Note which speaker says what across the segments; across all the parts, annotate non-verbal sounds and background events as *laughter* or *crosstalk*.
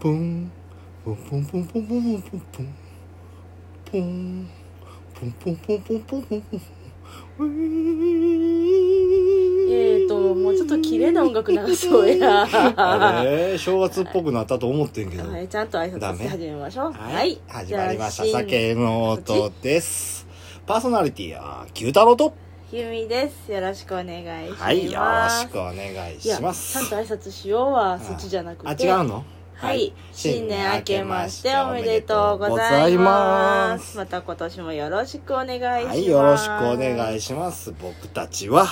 Speaker 1: ポンポンポンポンポンポンポンポンポンポンポンポンポンポンポンポンポン
Speaker 2: えーともうちょっと綺麗な音楽流そうや
Speaker 1: あ
Speaker 2: は
Speaker 1: れ正月っぽくなったと思ってんけど
Speaker 2: いちゃんと挨拶して始めましょうはい
Speaker 1: 始まりました
Speaker 2: じゃあ
Speaker 1: 酒の音ですパーソナリティは九太郎と
Speaker 2: ひゅみですよろしくお願いします
Speaker 1: はいよろしくお願い
Speaker 2: いや
Speaker 1: し
Speaker 2: ちゃんと
Speaker 1: ます
Speaker 2: 挨拶しようは
Speaker 1: あ
Speaker 2: そっちじゃなく
Speaker 1: あ
Speaker 2: て
Speaker 1: 違うの
Speaker 2: はい、新年明けましておめでとうございますまた今年もよろしくお願いします
Speaker 1: はい、よろしくお願いします。僕たちは、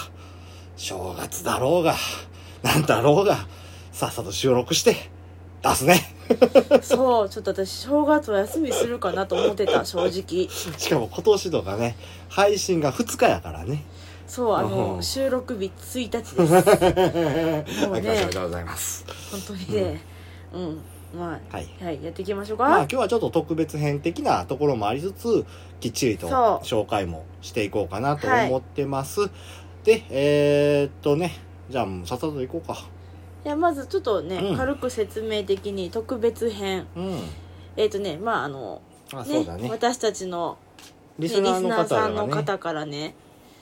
Speaker 1: 正月だろうが、なんだろうが、さっさと収録して、出
Speaker 2: *laughs*
Speaker 1: すね。
Speaker 2: そうちょっと私正月お休みするかなと思っ
Speaker 1: *laughs*
Speaker 2: てた正直
Speaker 1: しかも今年とかね、配信が2日やからね。
Speaker 2: そうあの、
Speaker 1: うん
Speaker 2: 収録日1日
Speaker 1: *laughs*
Speaker 2: で
Speaker 1: あり
Speaker 2: すもうね
Speaker 1: がとうございます。
Speaker 2: 本当にねうん、ま
Speaker 1: はい。
Speaker 2: あはいやっていきましょうか、
Speaker 1: まあ今日はちょっと特別編的なところもありつつ、きっちりと
Speaker 2: そう
Speaker 1: 紹介もしていこうかなと思ってます。で、えー、っとね、じゃあもうさっさと行こうか。
Speaker 2: いやまずちょっとね、
Speaker 1: うん
Speaker 2: 軽く説明的に特別編
Speaker 1: うん。
Speaker 2: えっ、とねまああの
Speaker 1: あ、
Speaker 2: ね
Speaker 1: そうだね。
Speaker 2: 私たちの、
Speaker 1: リ
Speaker 2: ね
Speaker 1: スナーの
Speaker 2: リスナー
Speaker 1: 方
Speaker 2: さ
Speaker 1: が
Speaker 2: んの
Speaker 1: ね。
Speaker 2: 方からね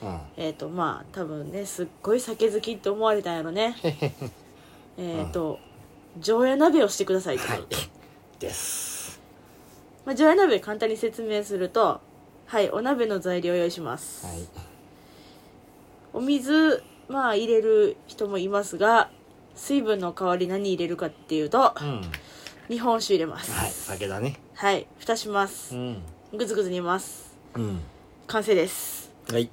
Speaker 1: うん
Speaker 2: えっ、とまあ多分ねすっごい酒好きって思われたんや
Speaker 1: *laughs*
Speaker 2: ろねえっと常夜鍋をしてくださいってこと、
Speaker 1: はいです。
Speaker 2: まあ、常夜鍋簡単に説明するとはいお鍋の材料を用意します、
Speaker 1: はい。
Speaker 2: お水まあ入れる人もいますが水分の代わり何入れるかっていうと
Speaker 1: うん。はい。
Speaker 2: 日本酒入れます
Speaker 1: 酒だね。
Speaker 2: はい蓋します
Speaker 1: ん。
Speaker 2: ぐずぐず煮ます
Speaker 1: うん。
Speaker 2: 完成です、
Speaker 1: はい。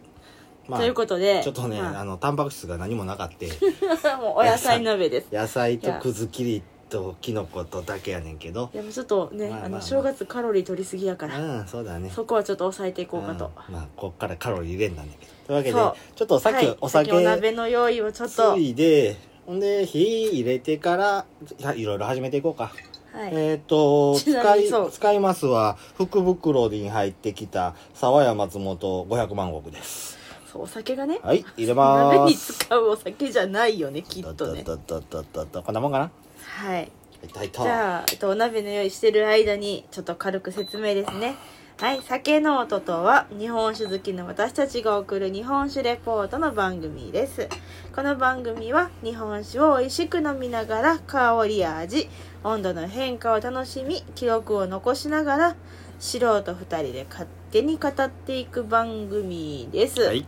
Speaker 1: ま
Speaker 2: ということで
Speaker 1: ちょっとね、
Speaker 2: ま
Speaker 1: あの、タンパク質が何もなかって、
Speaker 2: *laughs* あもうお野菜鍋です
Speaker 1: 野菜とくずきりときのことだけやねんけど、
Speaker 2: でもちょっとね、
Speaker 1: まあまあまあ
Speaker 2: あの正月カロリー取りすぎや
Speaker 1: う
Speaker 2: から、
Speaker 1: ん、そうだね。
Speaker 2: そこはちょっと抑えていこうかと、
Speaker 1: んまあ、こっからカロリー入れんだんだけど。というわけで、
Speaker 2: そう
Speaker 1: ちょっとさっ
Speaker 2: は
Speaker 1: き
Speaker 2: い
Speaker 1: お酒、
Speaker 2: お鍋の用意をちょっと、は
Speaker 1: つ
Speaker 2: い
Speaker 1: いで、ほんで、火入れてから、いろいろ始めていこうか。えっ、と、
Speaker 2: ちな
Speaker 1: 使
Speaker 2: みに
Speaker 1: い
Speaker 2: そう、
Speaker 1: 使いますは、福袋に入ってきた、沢屋松本500万石です。
Speaker 2: そうお酒がね、
Speaker 1: はい、入れまーす。
Speaker 2: 鍋に使うお酒じゃないよねきっとね
Speaker 1: だだだだだだこんなもんかな
Speaker 2: は
Speaker 1: は
Speaker 2: い
Speaker 1: いはい
Speaker 2: じゃあ、えっと、お鍋の用意してる間に、ちょっと軽く説明ですね。はい、酒の音とは、日本酒好きの私たちが送る日本酒レポートの番組です。この番組は、日本酒を美味しく飲みながら、香りや味、温度の変化を楽しみ、記録を残しながら、素人二人で勝手に語っていく番組です。
Speaker 1: はい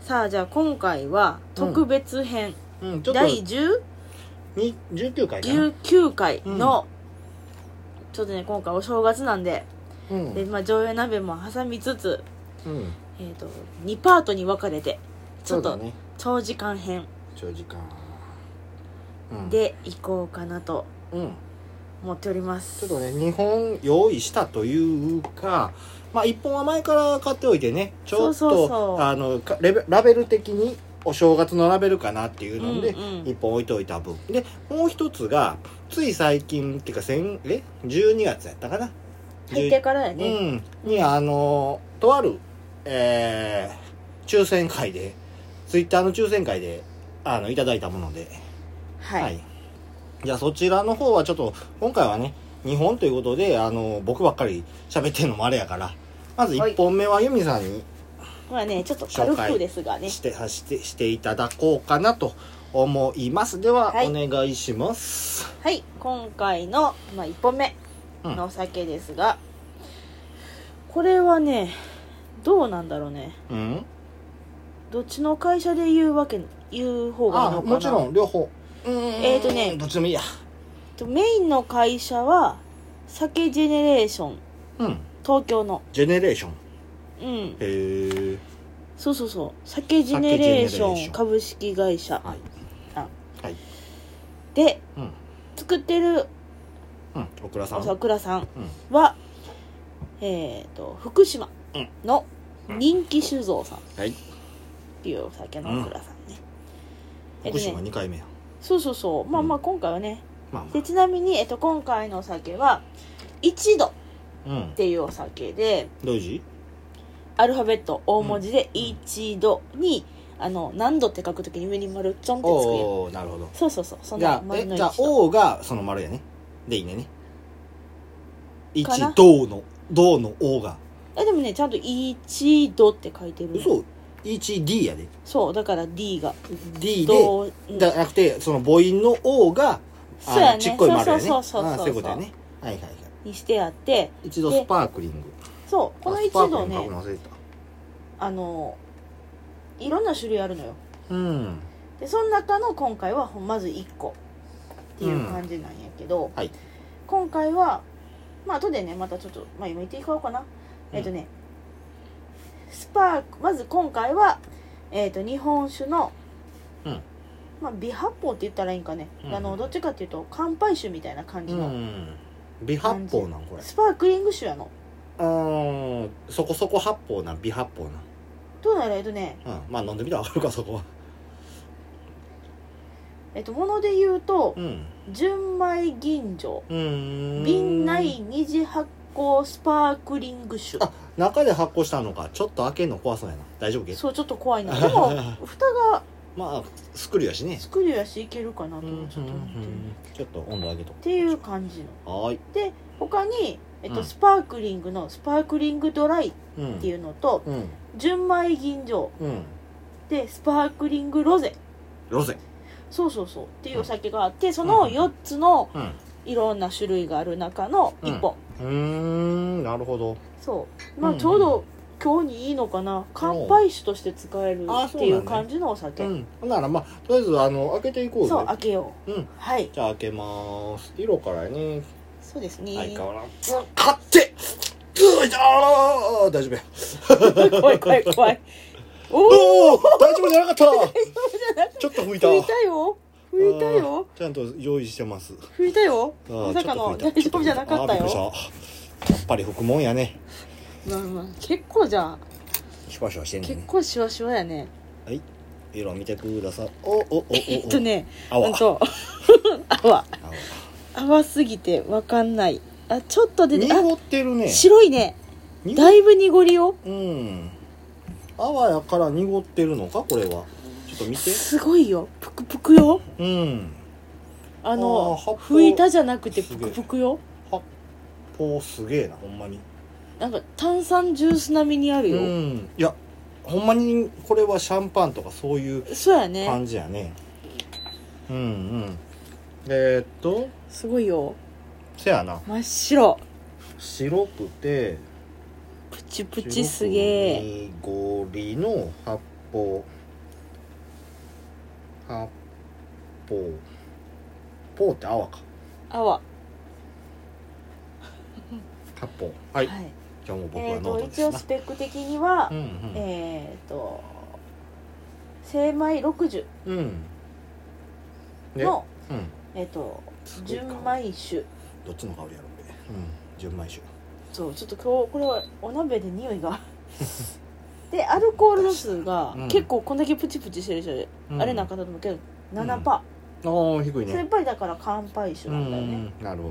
Speaker 2: さあ、じゃあ今回は、特別編、
Speaker 1: うんちょっと
Speaker 2: 第 10?
Speaker 1: に19回かな、
Speaker 2: 19回の、ちょっとね今回お正月なんで,、
Speaker 1: うん
Speaker 2: でまあ、上映鍋も挟みつつ、
Speaker 1: うん、
Speaker 2: えー、と2パートに分かれてちょ
Speaker 1: そ
Speaker 2: っ
Speaker 1: うだ
Speaker 2: と
Speaker 1: ね
Speaker 2: 長時間編
Speaker 1: 長時間、うん、
Speaker 2: でいこうかなと
Speaker 1: うん、
Speaker 2: 思っております
Speaker 1: ちょっとね日本用意したというかまあ1本は前から買っておいてねちょっと
Speaker 2: そうそうそう
Speaker 1: あのかレベラベル的にお正月のラベルかなっていうので、
Speaker 2: うんうん
Speaker 1: 1本置いておいた分でもう一つがつい最近っていうか先え12月やったかな
Speaker 2: 入ってからやね、
Speaker 1: うん、にあのとある、えー、抽選会でツイッターの抽選会であのいただいたもので、
Speaker 2: はい、
Speaker 1: じゃあそちらの方はちょっと今回はね日本ということであの僕ばっかり喋ってるのもあれやからまず
Speaker 2: はい
Speaker 1: 1本目は由美さんに
Speaker 2: まあねちょっと軽くですがね
Speaker 1: して,、はしてしていただこうかなと思いますでは、
Speaker 2: はい
Speaker 1: お願いします
Speaker 2: はい今回の、まあ、1本目
Speaker 1: うん
Speaker 2: のお酒ですが、これはねどうなんだろうね
Speaker 1: うん
Speaker 2: どっちの会社で言うわけ言う方がいい
Speaker 1: あ
Speaker 2: のかな
Speaker 1: もちろん両方
Speaker 2: え
Speaker 1: え
Speaker 2: ーとね
Speaker 1: どっちでもいいや
Speaker 2: とメインの会社は酒ジェネレーション
Speaker 1: うん
Speaker 2: 東京の
Speaker 1: ジェネレーション
Speaker 2: うん
Speaker 1: へえ
Speaker 2: そうそうそう酒ジェネレーシ
Speaker 1: 酒ジェネレーショ
Speaker 2: ョ
Speaker 1: ン
Speaker 2: ン株式会社
Speaker 1: はい
Speaker 2: あ
Speaker 1: はい
Speaker 2: で
Speaker 1: うん
Speaker 2: 作ってる
Speaker 1: うんオクラさん
Speaker 2: 朝倉さん
Speaker 1: うん
Speaker 2: は、えっ、と福島
Speaker 1: うん
Speaker 2: の人気酒造さんっ
Speaker 1: はい
Speaker 2: ていうお酒の倉さんね、え
Speaker 1: 福
Speaker 2: っと
Speaker 1: 島
Speaker 2: ね
Speaker 1: 2回目や
Speaker 2: そうそうそうまあ
Speaker 1: うん
Speaker 2: まあ今回はね
Speaker 1: まあま
Speaker 2: でちなみに、えっと、今回のお酒は一度っ
Speaker 1: あうん
Speaker 2: ていうお酒で
Speaker 1: どういう字
Speaker 2: アルファベット大文字で一度に、あの何度って書くときに上に丸ちょんってつくやん
Speaker 1: おーなるほど
Speaker 2: そうそうそうそ
Speaker 1: じゃ
Speaker 2: の
Speaker 1: あ
Speaker 2: 丸
Speaker 1: え
Speaker 2: の
Speaker 1: じゃあ
Speaker 2: 一度
Speaker 1: O がその丸やねでいいんだよね。一
Speaker 2: かな、
Speaker 1: 銅の、銅の王が。
Speaker 2: えでもねちゃんと「一度」って書いてるの
Speaker 1: 嘘一 D やで。
Speaker 2: そうだから D が
Speaker 1: D で、
Speaker 2: どううん
Speaker 1: じゃなくて、その母音の王が、あの
Speaker 2: そうやね
Speaker 1: ちっこい丸やね。
Speaker 2: そうそうそうそう
Speaker 1: あそういうことやね。はいはいはい。
Speaker 2: にしてあって
Speaker 1: 一度スパークリング。
Speaker 2: そうこの
Speaker 1: あ
Speaker 2: 一
Speaker 1: スパー
Speaker 2: 度
Speaker 1: クリング
Speaker 2: ね
Speaker 1: 書くの忘れてた。
Speaker 2: あのいろんな種類あるのよ
Speaker 1: うん。
Speaker 2: でその中の今回はほんまず1個っていう感じなんやけど、
Speaker 1: はい。
Speaker 2: 今回はまあ後でねまたちょっと、まあ、今言っていこうかな、えっとねスパークまず今回は、えっと日本酒の、
Speaker 1: うん
Speaker 2: まあ、微発泡って言ったらいいんかね、
Speaker 1: うん
Speaker 2: あのどっちかっていうと乾杯酒みたいな感
Speaker 1: う
Speaker 2: じの、
Speaker 1: ん。微発泡なんこれ。
Speaker 2: スパークリング酒やの
Speaker 1: うーん。そこそこ発泡な、微発泡な。
Speaker 2: どうなるえっとね
Speaker 1: うん。まあ飲んでみたらわかるか、そこは。
Speaker 2: えっともので言うと
Speaker 1: うん。
Speaker 2: 純米吟醸
Speaker 1: うーん。
Speaker 2: 瓶内二次発酵スパークリング酒
Speaker 1: あ中で発酵したのかちょっと開けんの怖そうやな大丈夫け
Speaker 2: そうちょっと怖いなで
Speaker 1: *laughs*
Speaker 2: も蓋が
Speaker 1: まあスクリューやしね
Speaker 2: 作るやしいけるかなと
Speaker 1: う
Speaker 2: 思っ
Speaker 1: ん
Speaker 2: ちょっと思ってる
Speaker 1: ちょっと温度上げとこ
Speaker 2: っていう感じの
Speaker 1: はーい
Speaker 2: で他に、えっと
Speaker 1: うん
Speaker 2: スパークリングのスパークリングドライっ
Speaker 1: うん
Speaker 2: ていうのと、
Speaker 1: うん
Speaker 2: 純米吟醸
Speaker 1: うん
Speaker 2: でスパークリングロゼ
Speaker 1: ロゼ
Speaker 2: そうそうそうっていうお酒があってそうの
Speaker 1: ん
Speaker 2: 4つの
Speaker 1: うん
Speaker 2: いろんな種類がある中の1本、
Speaker 1: うーんなるほど
Speaker 2: そうまあ
Speaker 1: うん
Speaker 2: ちょうど今日にいいのかな乾杯酒として使える
Speaker 1: あ
Speaker 2: っ
Speaker 1: そう
Speaker 2: て
Speaker 1: なんだね
Speaker 2: いう感じのお酒
Speaker 1: う
Speaker 2: そう,、
Speaker 1: んほんならまあとりあえずあの開けていこうぜ
Speaker 2: 開けよう、
Speaker 1: うん
Speaker 2: はい
Speaker 1: じゃあ開けまーす色からやね
Speaker 2: そうですね
Speaker 1: 相変わらず買ってういあー大丈夫や
Speaker 2: 怖い怖い
Speaker 1: *laughs*
Speaker 2: 怖いおお
Speaker 1: おお *laughs* 大丈夫じゃなかったちょっと吹いた
Speaker 2: 拭いたよ拭いたよ
Speaker 1: あーちゃんと用意してます
Speaker 2: 拭いたよ
Speaker 1: あー
Speaker 2: まさかの
Speaker 1: ちょ
Speaker 2: 大
Speaker 1: っと吹い
Speaker 2: 丈夫じゃなかった
Speaker 1: ち
Speaker 2: よ
Speaker 1: ょっと吹いたあーびっくりしたやっぱり吹くもんやね
Speaker 2: まあまあ結構じゃあ
Speaker 1: シュワシュワしてんねん
Speaker 2: 結
Speaker 1: ね
Speaker 2: 構シワシワやね
Speaker 1: はい色見てくださいおおおおお
Speaker 2: えっとね
Speaker 1: あ
Speaker 2: ほ
Speaker 1: わ *laughs*
Speaker 2: んと
Speaker 1: あ
Speaker 2: 泡
Speaker 1: わ
Speaker 2: 泡すぎてわかんないあちょっと出て
Speaker 1: 濁
Speaker 2: あ
Speaker 1: ってるね
Speaker 2: 白いね
Speaker 1: 濁
Speaker 2: だいぶ濁りを
Speaker 1: うんあわやから濁ってるのかこれはちょっと見て
Speaker 2: すごいよぷくぷくよ
Speaker 1: うん
Speaker 2: あ
Speaker 1: あー
Speaker 2: の
Speaker 1: 発泡
Speaker 2: 拭いたじゃなくて
Speaker 1: す
Speaker 2: ぷ
Speaker 1: げえ
Speaker 2: くぷくよ
Speaker 1: 発泡すげえなほんまに
Speaker 2: なんか炭酸ジュース並みにある
Speaker 1: う
Speaker 2: よ
Speaker 1: んいやほんまにこれはシャンパンとかそういう
Speaker 2: そうやね
Speaker 1: 感じやねうんうんえー、っと
Speaker 2: すごいよ
Speaker 1: せやな
Speaker 2: 真っ白
Speaker 1: 白くて
Speaker 2: プチプチすげえ
Speaker 1: え濁りの発泡発泡泡って泡か
Speaker 2: 泡
Speaker 1: 発泡はい、
Speaker 2: はい
Speaker 1: 今日も僕
Speaker 2: え
Speaker 1: はノ
Speaker 2: ー
Speaker 1: ー
Speaker 2: と
Speaker 1: トで
Speaker 2: 一
Speaker 1: す
Speaker 2: 応
Speaker 1: な
Speaker 2: ス、ペック的には
Speaker 1: うんうん、
Speaker 2: えっと精米60
Speaker 1: うんで
Speaker 2: の
Speaker 1: うん
Speaker 2: えっと
Speaker 1: すごい
Speaker 2: 純
Speaker 1: 香り
Speaker 2: 米酒
Speaker 1: どっちの香りやろうねうん純米酒
Speaker 2: そうちょっと今日これはお鍋で匂
Speaker 1: *laughs*
Speaker 2: いがでアルコール度数が
Speaker 1: うん
Speaker 2: 結構こんだけプチプチしてる人で、
Speaker 1: うん
Speaker 2: あれなんかだと思うけど7%、パ
Speaker 1: ああ低い
Speaker 2: ーそれや
Speaker 1: ね
Speaker 2: っぱりだから乾杯酒
Speaker 1: う
Speaker 2: なんだよね
Speaker 1: んなるほ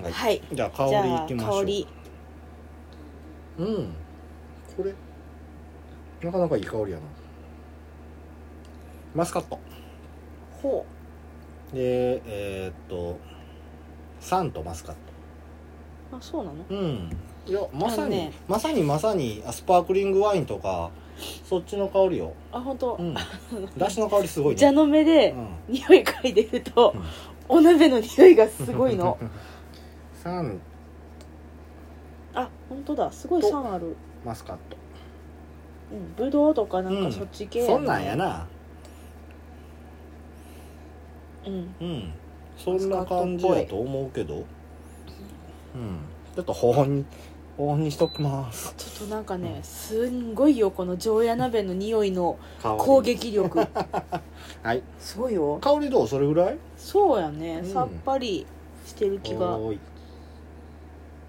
Speaker 1: ど、はい、
Speaker 2: はい
Speaker 1: じゃあ香
Speaker 2: じ
Speaker 1: り
Speaker 2: ゃ
Speaker 1: い
Speaker 2: あ
Speaker 1: きましょう
Speaker 2: 香り
Speaker 1: うんこれなかなかいい香りやなマスカット
Speaker 2: ほ
Speaker 1: でえーっと酸とマスカッ
Speaker 2: うあそうなの
Speaker 1: トうんいやまさ
Speaker 2: あの
Speaker 1: に、
Speaker 2: ね
Speaker 1: まさにまさにあスパークリングワインとかそっちの香りよ
Speaker 2: あ本当
Speaker 1: う。ん *laughs* だしの香りすごいね
Speaker 2: 蛇の目で
Speaker 1: う
Speaker 2: 匂い嗅いでると、お鍋の匂いがすご
Speaker 1: *laughs*
Speaker 2: いの
Speaker 1: ん、酸
Speaker 2: あ本当だすごい酸ある
Speaker 1: マスカット
Speaker 2: うんぶどうとかな
Speaker 1: うん
Speaker 2: かそっち系やね
Speaker 1: そんなんやな
Speaker 2: うん
Speaker 1: うんそんな感じやと思うけどうんちょっと保温に保温にしときます
Speaker 2: ちょっとなんかねすんごいよこの常夜鍋の匂いの
Speaker 1: 香り
Speaker 2: 攻撃力
Speaker 1: はい
Speaker 2: すごいよ
Speaker 1: 香りど *laughs* うそれぐらい
Speaker 2: そうやね、
Speaker 1: うん
Speaker 2: さっぱりしてる気が
Speaker 1: おーい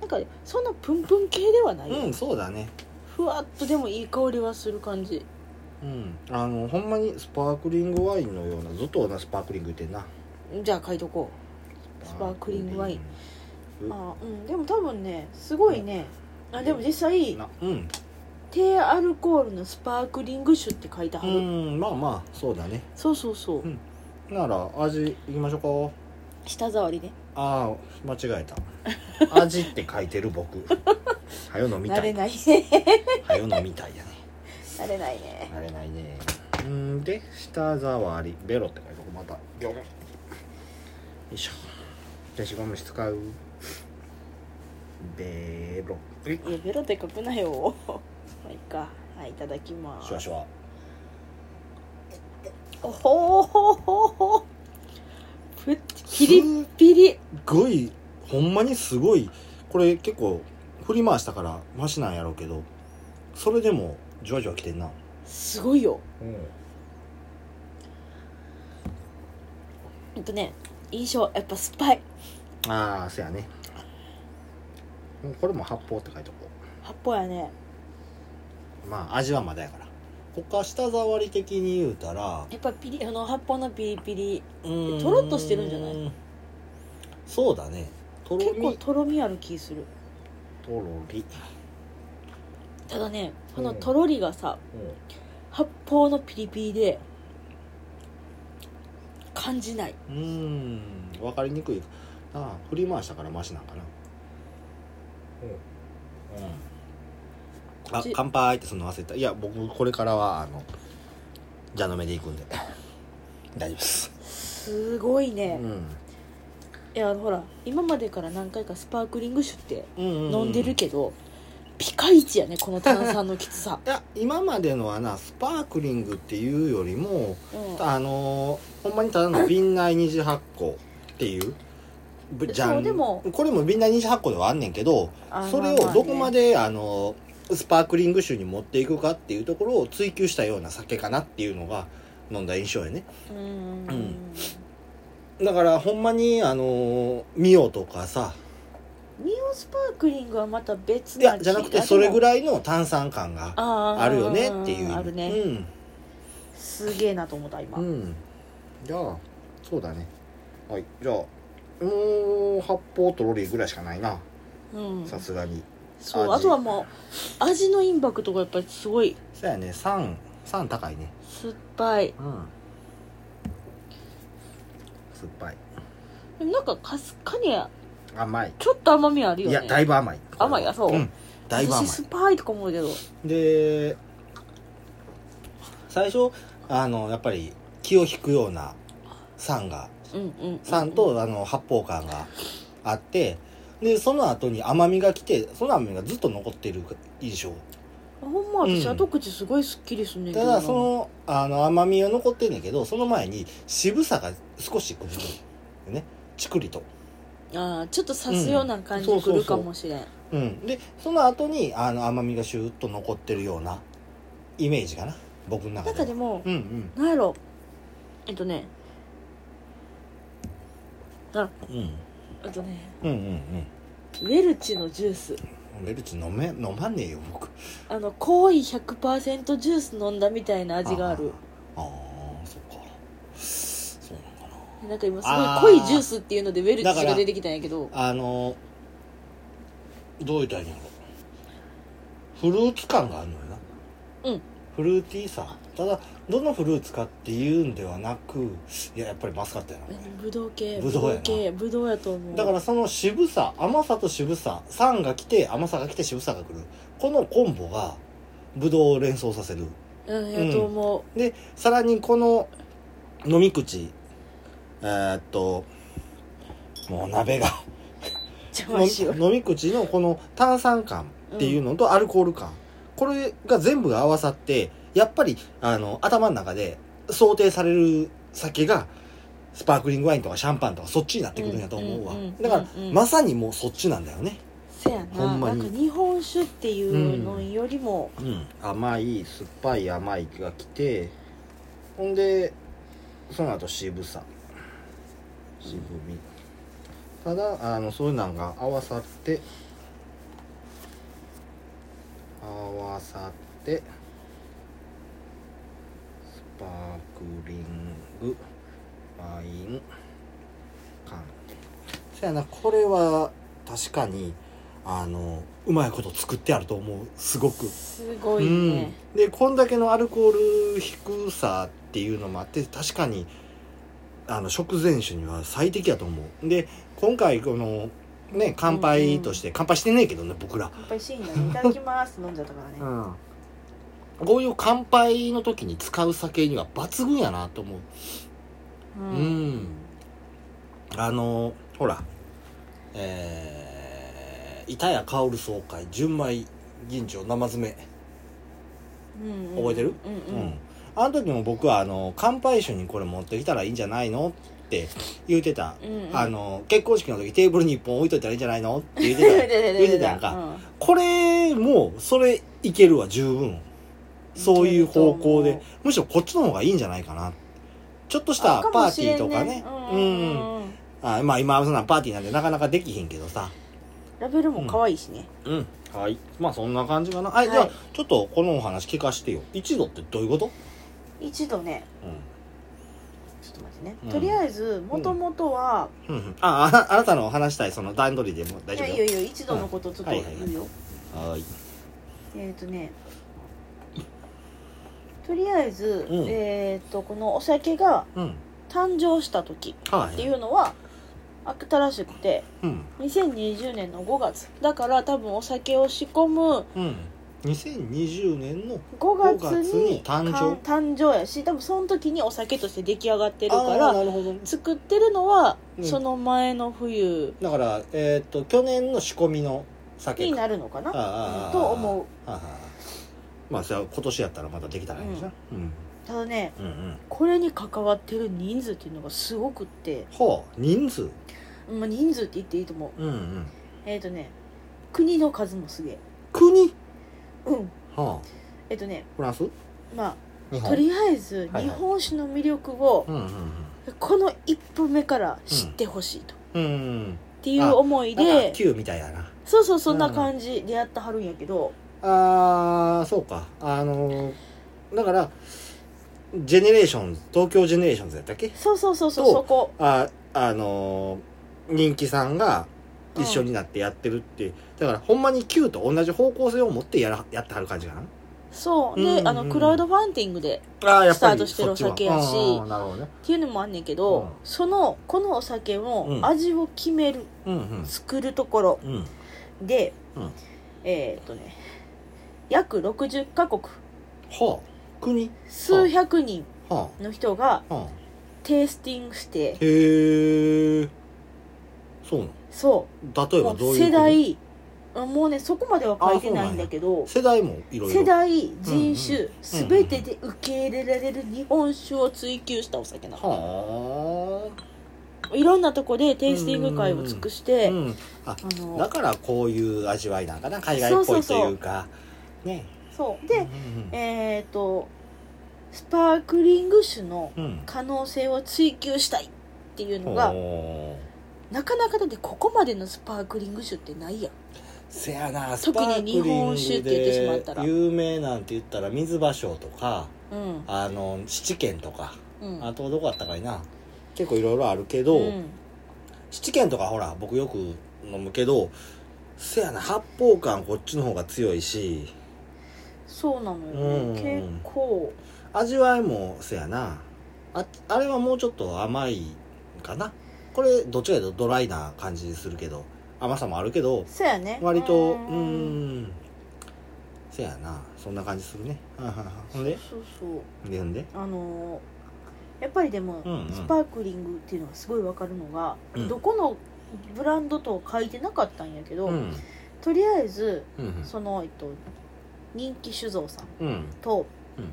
Speaker 2: なんかそんなプンプン系ではない、
Speaker 1: うんそうだね
Speaker 2: ふわっとでもいい香りはする感じ
Speaker 1: うんあのほんまにスパークリングワインのようなずっと同じスパークリング言ってんな
Speaker 2: じゃあ書いとこスパークリングワインうあーうんでも多分ねすごいね、あでも実際
Speaker 1: なうん、
Speaker 2: 低アルコールのスパークリング酒って書いてあ
Speaker 1: う
Speaker 2: る、
Speaker 1: ん、まあまあそうだね
Speaker 2: そうそうそう、
Speaker 1: うんなら味いきましょう
Speaker 2: 舌触りね
Speaker 1: ああ間違えた
Speaker 2: *laughs*
Speaker 1: 味って書いてる僕はよ飲み
Speaker 2: 慣
Speaker 1: た
Speaker 2: れ
Speaker 1: い
Speaker 2: ないね
Speaker 1: はよ飲みたいやね
Speaker 2: *laughs* 慣れないね
Speaker 1: 慣れないねうんで舌触りベロって書いてまたギョンよいしょ消しゴム使うベロえ
Speaker 2: いやベロって書くなよ *laughs* まあいいかはいいただきま
Speaker 1: シュワ
Speaker 2: す
Speaker 1: シュワ
Speaker 2: おほほほほプッピリピリ
Speaker 1: すっごいほんまにすごいこれ結構振り回したからマシなんやろうけどそれでもじわじわきてんな
Speaker 2: すごいよ
Speaker 1: うん
Speaker 2: ほんとね印象やっぱ酸っぱい
Speaker 1: ああそやねこれも発泡って書いておこ
Speaker 2: 八方やね
Speaker 1: うまあ味はまだやから他舌触り的に言うたら
Speaker 2: やっぱピリあの八方のピリピリ
Speaker 1: うーん
Speaker 2: とろっとしてるんじゃない
Speaker 1: そうだねとろ
Speaker 2: 結構
Speaker 1: み
Speaker 2: とろみある気する
Speaker 1: とろり
Speaker 2: ただねこ
Speaker 1: う
Speaker 2: の
Speaker 1: ん
Speaker 2: とろりがさ八方のピリピリで感じない
Speaker 1: うんうーん分かりにくいああ振り回したからマシなんかなうん、あ
Speaker 2: じ
Speaker 1: 乾杯ってその忘れたいや僕これからはあの蛇の目で行くんで大丈夫です、
Speaker 2: すごいね、
Speaker 1: うん
Speaker 2: いやほら今までから何回かスパークリング酒って
Speaker 1: うんう、
Speaker 2: 飲んでるけど、ピカイチやねこの炭酸のきつさ
Speaker 1: いや今までのはなスパークリングって *laughs* いうよりも
Speaker 2: うん、
Speaker 1: あのーほんまにただの瓶内二次発酵っていうぶジャ
Speaker 2: そう
Speaker 1: ン
Speaker 2: でも
Speaker 1: これも瓶内二次発酵ではあんねんけど
Speaker 2: あ
Speaker 1: それをどこまであのースパークリング酒に持っていくかっていうところを追求したような酒かなっていうのが飲んだ印象やね
Speaker 2: まあまあねうん
Speaker 1: うんだからほんまにあのーミオとかさ
Speaker 2: ミオスパークリングはまた別
Speaker 1: いやじゃなくてそれぐ
Speaker 2: い
Speaker 1: らいの炭酸感が
Speaker 2: あー
Speaker 1: あるよねっていう意味
Speaker 2: あるね、
Speaker 1: うん
Speaker 2: すげえなと思った今、
Speaker 1: うんじゃあそうだねはいじゃあもう発泡とロリーぐらいしかないな
Speaker 2: うん
Speaker 1: さすがに
Speaker 2: そう
Speaker 1: 味
Speaker 2: あとはもう味のインパクトがやっぱりすごい
Speaker 1: そうやね33高いね
Speaker 2: 酸っぱい
Speaker 1: うん酸っぱい
Speaker 2: でもなんかかすかに
Speaker 1: 甘い
Speaker 2: ちょっと甘みあるよ
Speaker 1: い
Speaker 2: ね
Speaker 1: やだいぶ甘い
Speaker 2: 甘いやそう
Speaker 1: うんだいぶ甘い
Speaker 2: 私酸っぱいとか思うけど
Speaker 1: で最初あのやっぱり気を引くような酸が
Speaker 2: うんうんうん
Speaker 1: 酸とあの発泡感があってでその後に甘みが来てその甘みがずっと残ってる印象
Speaker 2: ほんま私
Speaker 1: うん
Speaker 2: 後口すごいすっきりすんねんけ
Speaker 1: た
Speaker 2: ど
Speaker 1: だ
Speaker 2: な
Speaker 1: そのあの甘みは残ってんねんけどその前に渋さが少しくるよねチクリと
Speaker 2: あーちょっと刺すような感じ
Speaker 1: うん
Speaker 2: くるかもしれん、
Speaker 1: うんでその後にあの甘みがシューッと残ってるようなイメージかな僕の中
Speaker 2: な
Speaker 1: で
Speaker 2: んかで
Speaker 1: も
Speaker 2: も、
Speaker 1: うんうん
Speaker 2: なんやろえっとねあ
Speaker 1: うん
Speaker 2: えっとね
Speaker 1: うんうん
Speaker 2: ウェルチのジュース
Speaker 1: うんベルチ飲め飲まねえよ僕
Speaker 2: あの濃い100%ジュース飲んだみたいな味がある
Speaker 1: あーあーそっかそうなのか
Speaker 2: なんか今す
Speaker 1: あー
Speaker 2: ごい濃いジュースっていうのでウェルチ
Speaker 1: だから
Speaker 2: が出てきたんやけ
Speaker 1: な
Speaker 2: ど
Speaker 1: あのどう言ったらいいんやろフルーツ感があるのよな
Speaker 2: うん
Speaker 1: フルーティーさただどのフルーツかっていうんではなくいややっぱりマスカットやな
Speaker 2: ブドウ系
Speaker 1: ぶどうやな
Speaker 2: 系ブドウやと思う
Speaker 1: だからその渋さ甘さと渋さ酸が来て甘さが来て渋さが来るこのコンボがブドウを連想させる
Speaker 2: うんやと思う、
Speaker 1: でさらにこの飲み口えーっともう鍋が
Speaker 2: 邪魔しよう
Speaker 1: 飲み口のこの炭酸感っていうのとアルコール感、これが全部が合わさってやっぱりあの頭の中で想定される酒がスパークリングワインとかシャンパンとかそっちになってくるんやと思うわ、
Speaker 2: うんうんうんうん
Speaker 1: だから、
Speaker 2: うん
Speaker 1: まさにもうそっちなんだよね、
Speaker 2: せや
Speaker 1: ほ
Speaker 2: なん
Speaker 1: ま
Speaker 2: なん
Speaker 1: に
Speaker 2: か日本酒っていうのよりも、
Speaker 1: うん、甘い酸っぱい甘いが来てほんでその後渋さ渋みただあのそういうのが合わさって合わさってスパークリングワイン感そやなこれは確かにあのうまいこと作ってあると思うすごく
Speaker 2: すごいね、
Speaker 1: うん、でこんだけのアルコール低さっていうのもあって確かにあの食前酒には最適やと思うで今回このね乾杯として、乾杯してねえけどね僕ら、
Speaker 2: 乾杯シーンだねいただきます飲んじゃったからね、
Speaker 1: こういう乾杯の時に使う酒には抜群やなと思う
Speaker 2: うん
Speaker 1: うんあのほらえー、板谷薫総会純米吟醸生詰め
Speaker 2: うんうん
Speaker 1: 覚えてる
Speaker 2: うんう、
Speaker 1: うんん、あの時も僕はあの乾杯酒にこれ持ってきたらいいんじゃないのって言うてた、
Speaker 2: うんうん
Speaker 1: あの結婚式の時テーブルに1本置いといたらいいんじゃないのって言う
Speaker 2: *laughs* 出
Speaker 1: て
Speaker 2: た
Speaker 1: た
Speaker 2: 出た
Speaker 1: 言うてたやんかこれもそれいけるは十分そういう方向
Speaker 2: いけ
Speaker 1: で
Speaker 2: ると
Speaker 1: むしろこっちの方がいいんじゃないかなちょっとし
Speaker 2: うん
Speaker 1: た
Speaker 2: あか
Speaker 1: パ
Speaker 2: も
Speaker 1: ー
Speaker 2: し
Speaker 1: テ
Speaker 2: れ
Speaker 1: ィー
Speaker 2: ん
Speaker 1: とかね
Speaker 2: う
Speaker 1: うん
Speaker 2: う
Speaker 1: ん
Speaker 2: んうんうん
Speaker 1: あまあ今はそんなパーティーなんでなかなかできひんけどさ
Speaker 2: ラベルも可愛いしね、
Speaker 1: うんはいまあそんな感じかなはい、
Speaker 2: はい
Speaker 1: じゃあちょっとこのお話聞かしてよ一度ってどういうこと、
Speaker 2: 一度ね
Speaker 1: う
Speaker 2: ちょっと待ってね、
Speaker 1: うん
Speaker 2: とりあえずもともとは、
Speaker 1: ん、うんうんあああなたのお話したいその段取りでも大
Speaker 2: い
Speaker 1: 丈
Speaker 2: や
Speaker 1: 夫
Speaker 2: い
Speaker 1: よ
Speaker 2: やいや一度のことちょっと言うよ、
Speaker 1: はいはいははい
Speaker 2: えっ、とねとりあえず、
Speaker 1: うん
Speaker 2: えっ、とこのお酒が
Speaker 1: うん
Speaker 2: 誕生した時
Speaker 1: はい
Speaker 2: っていうのは新しくて
Speaker 1: うん
Speaker 2: 2020年の5月だから多分お酒を仕込む
Speaker 1: うん2020年の
Speaker 2: 5月
Speaker 1: 5月に
Speaker 2: に
Speaker 1: 誕生
Speaker 2: かん誕生やし多分その時にお酒として出来上がってるか
Speaker 1: あー
Speaker 2: ら
Speaker 1: なるほどね
Speaker 2: 作ってるのは
Speaker 1: うん
Speaker 2: その前の冬
Speaker 1: だからえっ、と去年の仕込みの酒
Speaker 2: に
Speaker 1: か
Speaker 2: なるのかな
Speaker 1: ああ
Speaker 2: と思う
Speaker 1: うまあそれは今年やったらまたできたらいいんですな、うん、
Speaker 2: ただね
Speaker 1: うんうん
Speaker 2: これに関わってる人数っていうのがすごくって、
Speaker 1: ほう人数
Speaker 2: まあ、人数って言っていいと思う
Speaker 1: うんうん
Speaker 2: えっ、とね国の数もすげえ
Speaker 1: 国
Speaker 2: うん
Speaker 1: はあ
Speaker 2: えっ、とね
Speaker 1: フランス
Speaker 2: ま
Speaker 1: 日
Speaker 2: あとりあえず
Speaker 1: はい
Speaker 2: 日本酒の魅力を
Speaker 1: うんうん
Speaker 2: この一歩目から知ってほしいと、っ
Speaker 1: うんうん
Speaker 2: ていう思い
Speaker 1: で
Speaker 2: で
Speaker 1: 旧みたいやな
Speaker 2: そうそうそんな感じでやってはるんやけど、
Speaker 1: あーそうかあのーだからジェネレーションズ東京ジェネレーションズやったっけ
Speaker 2: そうそうそうそう
Speaker 1: そう
Speaker 2: そこ
Speaker 1: ああのー人気さんが一緒になってやってるって、だからほんまに旧と同じ方向性を持ってやらやってはる感じかな
Speaker 2: そうで、
Speaker 1: うんうんうん
Speaker 2: あのクラウドファンディングで
Speaker 1: ああ
Speaker 2: やっぱりスタートしてるお酒やし
Speaker 1: なるほどね
Speaker 2: っていうのもあんねんけど、
Speaker 1: うん
Speaker 2: そのこのお酒
Speaker 1: う
Speaker 2: も
Speaker 1: ん
Speaker 2: 味を決める、
Speaker 1: うんうん
Speaker 2: 作るところ
Speaker 1: うん
Speaker 2: で、
Speaker 1: うん
Speaker 2: えーっとね約60カ国
Speaker 1: はあ国
Speaker 2: 数百人
Speaker 1: は
Speaker 2: の人が
Speaker 1: あはあ
Speaker 2: テイスティングして
Speaker 1: へえそうな
Speaker 2: そ
Speaker 1: の例
Speaker 2: う
Speaker 1: えばど
Speaker 2: も
Speaker 1: うい
Speaker 2: う
Speaker 1: う国
Speaker 2: 世代もうねそこまでは書いてないんだけど
Speaker 1: 世代もいろいろ
Speaker 2: 世代人
Speaker 1: うん
Speaker 2: 種すべてで受け入れられる日本酒を追求したお酒なの
Speaker 1: はい
Speaker 2: ろんなとこでテイスティング会を尽くし
Speaker 1: あ、
Speaker 2: て、
Speaker 1: うん、
Speaker 2: あ
Speaker 1: だ
Speaker 2: の
Speaker 1: からこういう味わいなんかな海外っぽいというかね
Speaker 2: そう
Speaker 1: う
Speaker 2: で
Speaker 1: んうん
Speaker 2: えーっ、とスパークリング酒の
Speaker 1: うんうん
Speaker 2: 可能性を追求したいっていうのが
Speaker 1: ほう
Speaker 2: なかなかだってここまでのスパークリング酒ってないやん
Speaker 1: せやな
Speaker 2: 特に日本酒って言ってしまっ
Speaker 1: ス
Speaker 2: たら
Speaker 1: パークリングで有名なんて言ったら水場所とか
Speaker 2: うん
Speaker 1: あの七軒とか
Speaker 2: うん
Speaker 1: あとどこあったかいな結構いろいろあるけど、
Speaker 2: うん
Speaker 1: 七軒とかほら僕よく飲むけどせやな八方感こっちの方が強いし
Speaker 2: そうなの
Speaker 1: う
Speaker 2: よ
Speaker 1: ん
Speaker 2: ね結構
Speaker 1: 味わいもせやなああれはもうちょっと甘いかなこれどっちかというとドライな感じするけど甘さもあるけど
Speaker 2: そうやね
Speaker 1: 割とう
Speaker 2: う
Speaker 1: ーん
Speaker 2: ん
Speaker 1: せやなそんな感じするね *laughs* はんはんはんほんで
Speaker 2: そうそう
Speaker 1: でほんで
Speaker 2: あのーやっぱりでも
Speaker 1: うんうん
Speaker 2: スパークリングっていうのがすごいわかるのが
Speaker 1: うん
Speaker 2: どこのブランドとは書いてなかったんやけ
Speaker 1: う
Speaker 2: ど
Speaker 1: ん
Speaker 2: とりあえず
Speaker 1: うんうん
Speaker 2: そのえっと人気酒造さん
Speaker 1: うん
Speaker 2: と
Speaker 1: うん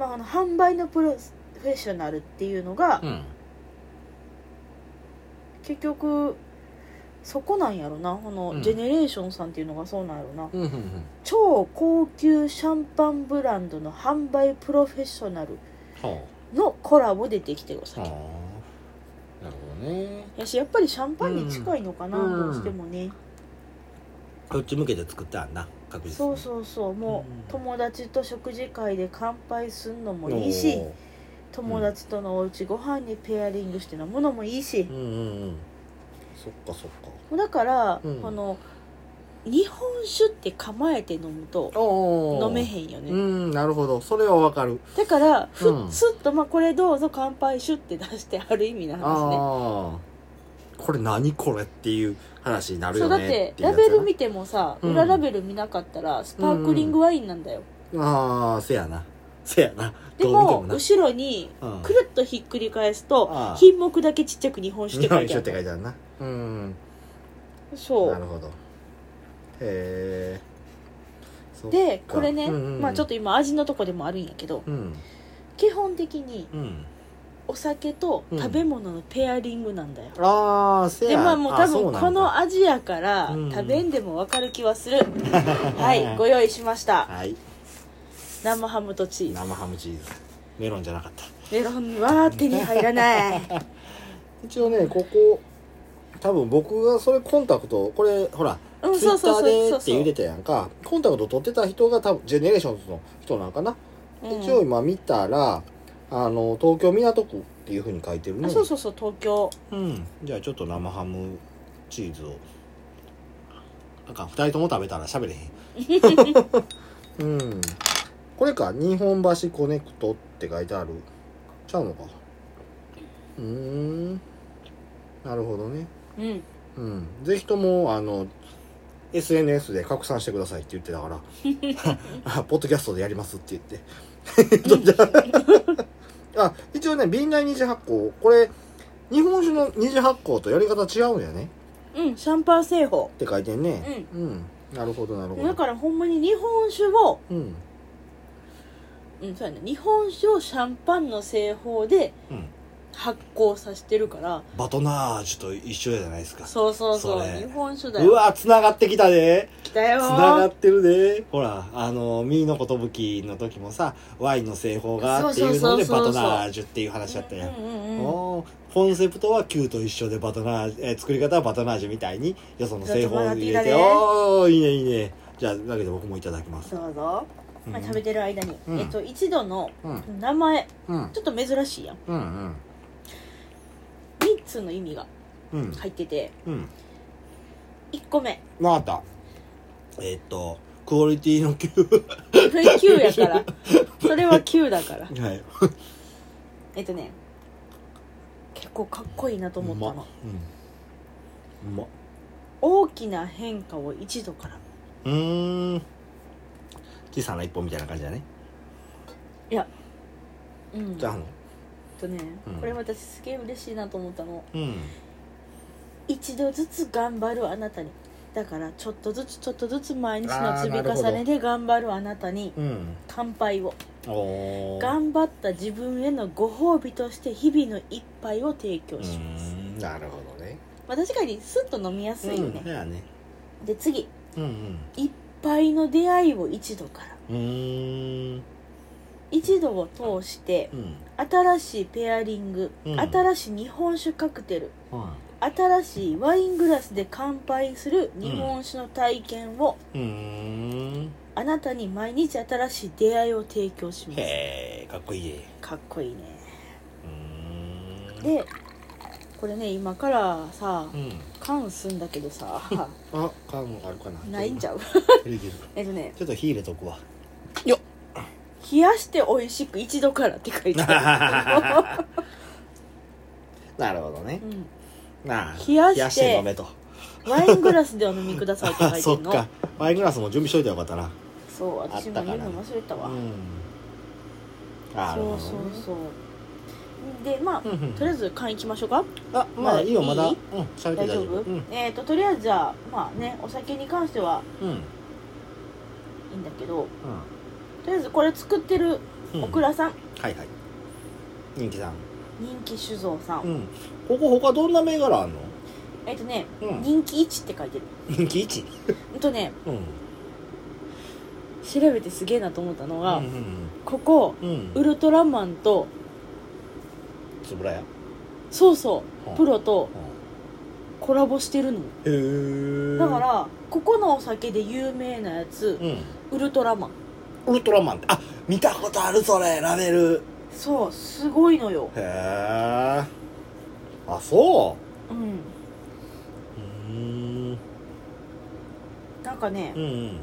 Speaker 2: まああの販売のプロフェッショナルっていうのが
Speaker 1: うん
Speaker 2: 結局そこなんやろなこ
Speaker 1: う
Speaker 2: の
Speaker 1: ん
Speaker 2: ジェネレーションさんっていうのがそうなんやろな
Speaker 1: うんうんうん
Speaker 2: 超高級シャンパンブランドの販売プロフェッショナル
Speaker 1: は
Speaker 2: のコラボでできてる
Speaker 1: あ
Speaker 2: お
Speaker 1: は
Speaker 2: 酒
Speaker 1: あなるほどね
Speaker 2: やしやっぱりシャンパンに近いのかな、
Speaker 1: うん
Speaker 2: どうしてもね、
Speaker 1: こっち向けて作ってあんな確実に
Speaker 2: そうそうそうもう、
Speaker 1: うん
Speaker 2: 友達と食事会で乾杯すんのもいいし
Speaker 1: おー
Speaker 2: 友達とのおうちご飯にペアリングして飲むのもいいし
Speaker 1: うん、うんうんそっかそっか
Speaker 2: もうだから、
Speaker 1: うん
Speaker 2: この日本酒って構えて飲むと
Speaker 1: お
Speaker 2: 飲め
Speaker 1: ん
Speaker 2: へんよね、
Speaker 1: うんなるほどそれはわかる
Speaker 2: だからふ
Speaker 1: うん
Speaker 2: すっと、まあ、これどうぞ乾杯シュって出してある意味なんですね
Speaker 1: ああこれ何これっていう話になる
Speaker 2: そ
Speaker 1: よ
Speaker 2: うだ
Speaker 1: ね
Speaker 2: って
Speaker 1: いう
Speaker 2: ラ
Speaker 1: やつや
Speaker 2: ベ
Speaker 1: な
Speaker 2: ル見てもさ、
Speaker 1: うん
Speaker 2: 裏ラベル見なかったらスパークリングワインなんだよ、
Speaker 1: ああせやなせやな
Speaker 2: で
Speaker 1: どう見て
Speaker 2: も
Speaker 1: な
Speaker 2: 後ろに
Speaker 1: うん
Speaker 2: くるっとひっくり返すと
Speaker 1: ああ
Speaker 2: 品目だけちっちゃく日本酒って
Speaker 1: 日
Speaker 2: 書
Speaker 1: 本
Speaker 2: いて
Speaker 1: 酒
Speaker 2: あ
Speaker 1: って書い
Speaker 2: る
Speaker 1: てあるなうん
Speaker 2: そ
Speaker 1: なる
Speaker 2: う
Speaker 1: ほどへえそっか
Speaker 2: でこれね、
Speaker 1: うんうんうん
Speaker 2: まあ、ちょっと今味のとこでもあるんやけど
Speaker 1: うん
Speaker 2: 基本的に
Speaker 1: うん
Speaker 2: お酒と
Speaker 1: うん
Speaker 2: 食べ物のペアリングなんだよ、
Speaker 1: ああせや
Speaker 2: でまあもう多
Speaker 1: あそう
Speaker 2: 分
Speaker 1: なん
Speaker 2: こ
Speaker 1: だ
Speaker 2: の味やから
Speaker 1: うん
Speaker 2: 食べんでも分かる気は
Speaker 1: *laughs*
Speaker 2: する、はいご用意しました
Speaker 1: はい
Speaker 2: 生ハムとチーズ
Speaker 1: 生ハムチーズメロンじゃなかった
Speaker 2: メロンは手に入らない
Speaker 1: *laughs* 一応ねここ多分僕がそれコンタクトこれほら
Speaker 2: うん
Speaker 1: ツイ
Speaker 2: そ
Speaker 1: ッ
Speaker 2: う
Speaker 1: タ
Speaker 2: そうそう
Speaker 1: ーで
Speaker 2: そう
Speaker 1: って言うてたやんかコンタクト取ってた人が多分ジェネレーションズの人なんかな、
Speaker 2: うん
Speaker 1: 一応今見たらあの東京港区っていうふうに書いてるね
Speaker 2: あそうそうそう東京
Speaker 1: うんじゃあちょっと生ハムチーズをあかん2人とも食べたら喋れへ
Speaker 2: *laughs*
Speaker 1: んうんこれか「日本橋コネクト」って書いてあるちゃうのかうーんなるほどね
Speaker 2: うん
Speaker 1: うんぜひともあの SNS で拡散してくださいって言ってたから
Speaker 2: *laughs*
Speaker 1: あ *laughs* ポッドキャストでやりますって言って *laughs* あ一応ね瓶内二次発酵これ日本酒の二次発酵とやり方違うんやね
Speaker 2: うんシャンパン製法
Speaker 1: って書いてんねうん、なるほどなるほ
Speaker 2: だ
Speaker 1: ど
Speaker 2: からほんまに日本酒を、
Speaker 1: うん
Speaker 2: うん、そうやね日本酒をシャンパンの製法で
Speaker 1: うん
Speaker 2: 発酵させてるから
Speaker 1: バトナージュと一緒じゃないですか
Speaker 2: そうそうそう
Speaker 1: それ
Speaker 2: 日本酒だ
Speaker 1: う
Speaker 2: よ
Speaker 1: わつながってきたで
Speaker 2: 来たよ
Speaker 1: つながってるでほらあの「ミーの寿」の時もさワインの製法がっていうので
Speaker 2: そうそ
Speaker 1: バ
Speaker 2: うそうそ
Speaker 1: ト
Speaker 2: う
Speaker 1: ナージュっていう話だったやん
Speaker 2: うんうんうん
Speaker 1: おーコンセプトは旧と一緒でバトナージュ、えー作り方はバトナージュみたいによその製法を入れて
Speaker 2: ちょっと学んできたね
Speaker 1: おーいいねいいねじゃあだけど僕もいただきます、
Speaker 2: どうぞ、
Speaker 1: うん、
Speaker 2: まあ、食べてる間に、
Speaker 1: うん
Speaker 2: えっと一度の
Speaker 1: うん
Speaker 2: 名前
Speaker 1: うん
Speaker 2: ちょっと珍しいやん
Speaker 1: うんうん
Speaker 2: 3つの意味が
Speaker 1: うん
Speaker 2: 入ってて
Speaker 1: うん
Speaker 2: 1個目
Speaker 1: 分かったえーっとクオリティの9
Speaker 2: *laughs* それ9や
Speaker 1: *laughs*
Speaker 2: からそれは9だから
Speaker 1: はい
Speaker 2: えっとね結構かっこいいなと思った
Speaker 1: う
Speaker 2: の
Speaker 1: まうんうま
Speaker 2: 大きな変化を一度から
Speaker 1: うーん小さな一歩みたいな感じだね
Speaker 2: うん
Speaker 1: じゃああ
Speaker 2: えっ
Speaker 1: の
Speaker 2: とね、
Speaker 1: うん
Speaker 2: これ私すげえ嬉しいなと思ったの
Speaker 1: うん
Speaker 2: 一度ずつ頑張るあなたにだからちょっとずつちょっとずつ毎日の積み重ねで頑張るあなたに
Speaker 1: うん
Speaker 2: 乾杯を
Speaker 1: おー
Speaker 2: 頑張った自分へのご褒美として日々の一杯を提
Speaker 1: う
Speaker 2: 供します、
Speaker 1: ーんなるほどね
Speaker 2: まあ、確かにスッと飲みやすいよ
Speaker 1: うん、
Speaker 2: ね、
Speaker 1: だよね
Speaker 2: で次
Speaker 1: うんうん
Speaker 2: 一杯の出会いを一度から
Speaker 1: うーん
Speaker 2: 一度を通して
Speaker 1: うん
Speaker 2: 新しいペアリング、
Speaker 1: うん
Speaker 2: 新しい日本酒カクテル
Speaker 1: は
Speaker 2: 新しいワイングラスで乾杯する日本酒の体験を、
Speaker 1: いうーん
Speaker 2: あなたに毎日新しい出会いを提供します
Speaker 1: へえかっこいいね
Speaker 2: かっこいいね
Speaker 1: うーん
Speaker 2: でこれね今からさ
Speaker 1: うん
Speaker 2: 缶すんだけ
Speaker 1: *laughs*
Speaker 2: どさ
Speaker 1: あ缶あるかな
Speaker 2: ないんち
Speaker 1: ゃ
Speaker 2: ゃう
Speaker 1: いるいける
Speaker 2: えっとね
Speaker 1: ちょっと火入れとく
Speaker 2: *laughs*
Speaker 1: わ
Speaker 2: 「冷やして美味しく一度から」って書い
Speaker 1: *laughs*
Speaker 2: てある
Speaker 1: なるほどね
Speaker 2: うん
Speaker 1: なあ
Speaker 2: 冷やして
Speaker 1: 飲めと
Speaker 2: ワイングラスでお飲みくださいって
Speaker 1: あ *laughs*
Speaker 2: 書
Speaker 1: そ
Speaker 2: い
Speaker 1: って
Speaker 2: んのそ
Speaker 1: かワイングラスも準備しといたらよかったな
Speaker 2: う私も言うの忘れたわ
Speaker 1: うんなる
Speaker 2: そ
Speaker 1: ほど
Speaker 2: う
Speaker 1: ね
Speaker 2: そうそうでまあ
Speaker 1: うんうん
Speaker 2: とりあえず缶いきましょうか
Speaker 1: あまあいいよまだ
Speaker 2: い
Speaker 1: うん
Speaker 2: い
Speaker 1: 喋って
Speaker 2: 大丈夫、
Speaker 1: うん
Speaker 2: えっ、ととりあえずじゃあまあねお酒に関しては
Speaker 1: うん
Speaker 2: いいんだけどとりあえずこれ作ってる
Speaker 1: うん
Speaker 2: オクラさん、
Speaker 1: はいはい人気さん
Speaker 2: 人気酒造さん、
Speaker 1: うんここ他どんな銘柄あんの
Speaker 2: えっ、とね、
Speaker 1: うん
Speaker 2: 人気1って書いてる
Speaker 1: 人気1
Speaker 2: うんとね
Speaker 1: うん
Speaker 2: 調べてすげえなと思ったのが、
Speaker 1: うん
Speaker 2: ここ
Speaker 1: うんうん
Speaker 2: ウルトラマンと
Speaker 1: つぶらや
Speaker 2: そうそう
Speaker 1: うん
Speaker 2: プロとコラボしてるの
Speaker 1: へえ
Speaker 2: だからここのお酒で有名なやつ
Speaker 1: うん
Speaker 2: ウルトラマン
Speaker 1: ウルトラマンってあ見たことあるそれラベル
Speaker 2: そうすごいのよ
Speaker 1: へえあそう
Speaker 2: うん
Speaker 1: うーん
Speaker 2: なんなんかね
Speaker 1: うんうん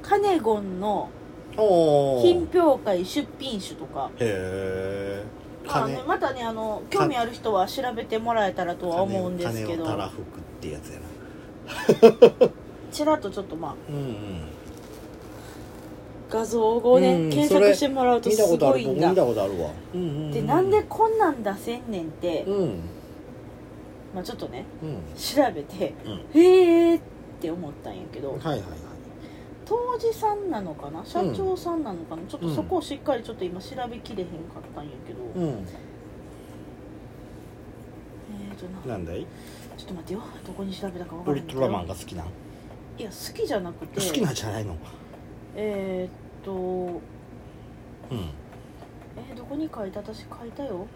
Speaker 2: カネゴンの
Speaker 1: おお
Speaker 2: 品評会出品種とか
Speaker 1: へえ
Speaker 2: まあね、またねあの興味ある人は調べてもらえたらとは思うんですけ
Speaker 1: 金をたら
Speaker 2: ど
Speaker 1: ふくってやつやな
Speaker 2: ちらっとちょっとまあ
Speaker 1: うんうん
Speaker 2: 画像をね、
Speaker 1: うん
Speaker 2: 検
Speaker 1: それ
Speaker 2: 索してもらうと
Speaker 1: 見
Speaker 2: す
Speaker 1: たことあ
Speaker 2: ご
Speaker 1: る
Speaker 2: い
Speaker 1: 僕
Speaker 2: ん
Speaker 1: 見
Speaker 2: だ
Speaker 1: たことあるわうんうんうん
Speaker 2: でなんでこんなん出せんねんって、
Speaker 1: うんうん
Speaker 2: まあ、ちょっとね
Speaker 1: う
Speaker 2: 調べ
Speaker 1: ん
Speaker 2: てへえって思ったんやけど
Speaker 1: はいはいはい
Speaker 2: 当時さんなのかな社長さんなのかな、ちょっとそこをしっかりちょっと今調べきれへんかったんやけど、
Speaker 1: う
Speaker 2: え
Speaker 1: ん
Speaker 2: ーとな
Speaker 1: なんだい
Speaker 2: ちょっと待ってよどこに調べたか分か
Speaker 1: ウ
Speaker 2: らな
Speaker 1: ル
Speaker 2: い
Speaker 1: トラマンが好きなん
Speaker 2: いや好きじゃなくて
Speaker 1: 好きなんじゃないの
Speaker 2: えー、っと
Speaker 1: うん
Speaker 2: えーどこに書いた私書いたよ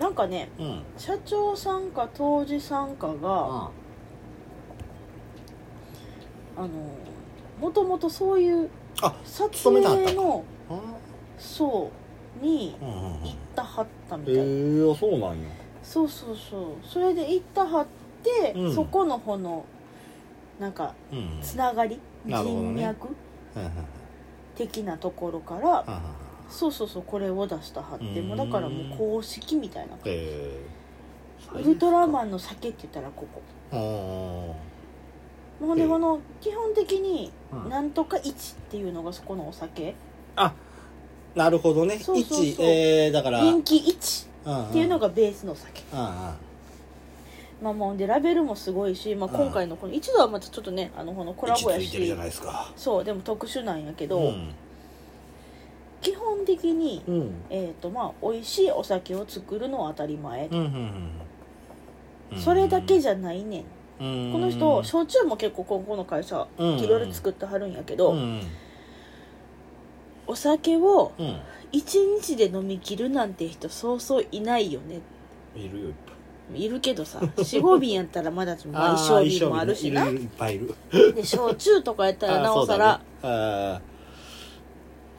Speaker 2: なんかね
Speaker 1: うん
Speaker 2: 社長さんか当時さんかが
Speaker 1: あ
Speaker 2: あのもともとそういう
Speaker 1: あ
Speaker 2: 撮
Speaker 1: 勤めたんだ
Speaker 2: 影の
Speaker 1: あ
Speaker 2: そうに
Speaker 1: うんうんうん
Speaker 2: 行ったはったみたいな、
Speaker 1: へえあそうなんや
Speaker 2: そうそうそうそれで行ったはって、
Speaker 1: うん
Speaker 2: そこの方のなんか
Speaker 1: うんうん
Speaker 2: つながり、
Speaker 1: なるほどね
Speaker 2: 人脈
Speaker 1: うんうんうん
Speaker 2: 的なところから、
Speaker 1: うんうんうん
Speaker 2: そうそうそうこれを出したはって
Speaker 1: うん
Speaker 2: もうだからもう公式みたいな
Speaker 1: へえ
Speaker 2: ウルトラマ
Speaker 1: ン
Speaker 2: ンの酒って言ったらここ
Speaker 1: あ
Speaker 2: ほん
Speaker 1: え
Speaker 2: で
Speaker 1: え
Speaker 2: この基本的に
Speaker 1: うん
Speaker 2: なんとか1っていうのがそこのお酒
Speaker 1: あなるほどね
Speaker 2: そうそうそう
Speaker 1: 一えーだから
Speaker 2: 人気1
Speaker 1: っ
Speaker 2: っていうのがベースの酒
Speaker 1: うんうん
Speaker 2: まあもうほんでラベルもすごいし、まあ、
Speaker 1: うん
Speaker 2: 今回のこの一度はまたちょっとねあのこのコラボや
Speaker 1: 位置ついてるじ
Speaker 2: し
Speaker 1: ゃないですか
Speaker 2: そうでも特殊なんやけど、
Speaker 1: うん
Speaker 2: 基本的に、
Speaker 1: うん
Speaker 2: えーとまあ、美味しいお酒を作るのは当たり前、
Speaker 1: うんうんうん
Speaker 2: それだけじゃないねん、
Speaker 1: こ
Speaker 2: この人焼酎も結構ここの会社いろいろ作ってはるんやけど、
Speaker 1: うんうん
Speaker 2: お酒を
Speaker 1: うん
Speaker 2: 1日で飲みきるなんて人そうそういないよね
Speaker 1: いるよいっぱい
Speaker 2: いるけ
Speaker 1: *laughs*
Speaker 2: どさ45瓶やったらまだ
Speaker 1: あ
Speaker 2: 毎
Speaker 1: ー
Speaker 2: 生瓶もあるし
Speaker 1: い
Speaker 2: な
Speaker 1: るいるいっぱいいる
Speaker 2: で焼酎とかやったらなおさら、
Speaker 1: あーそうだね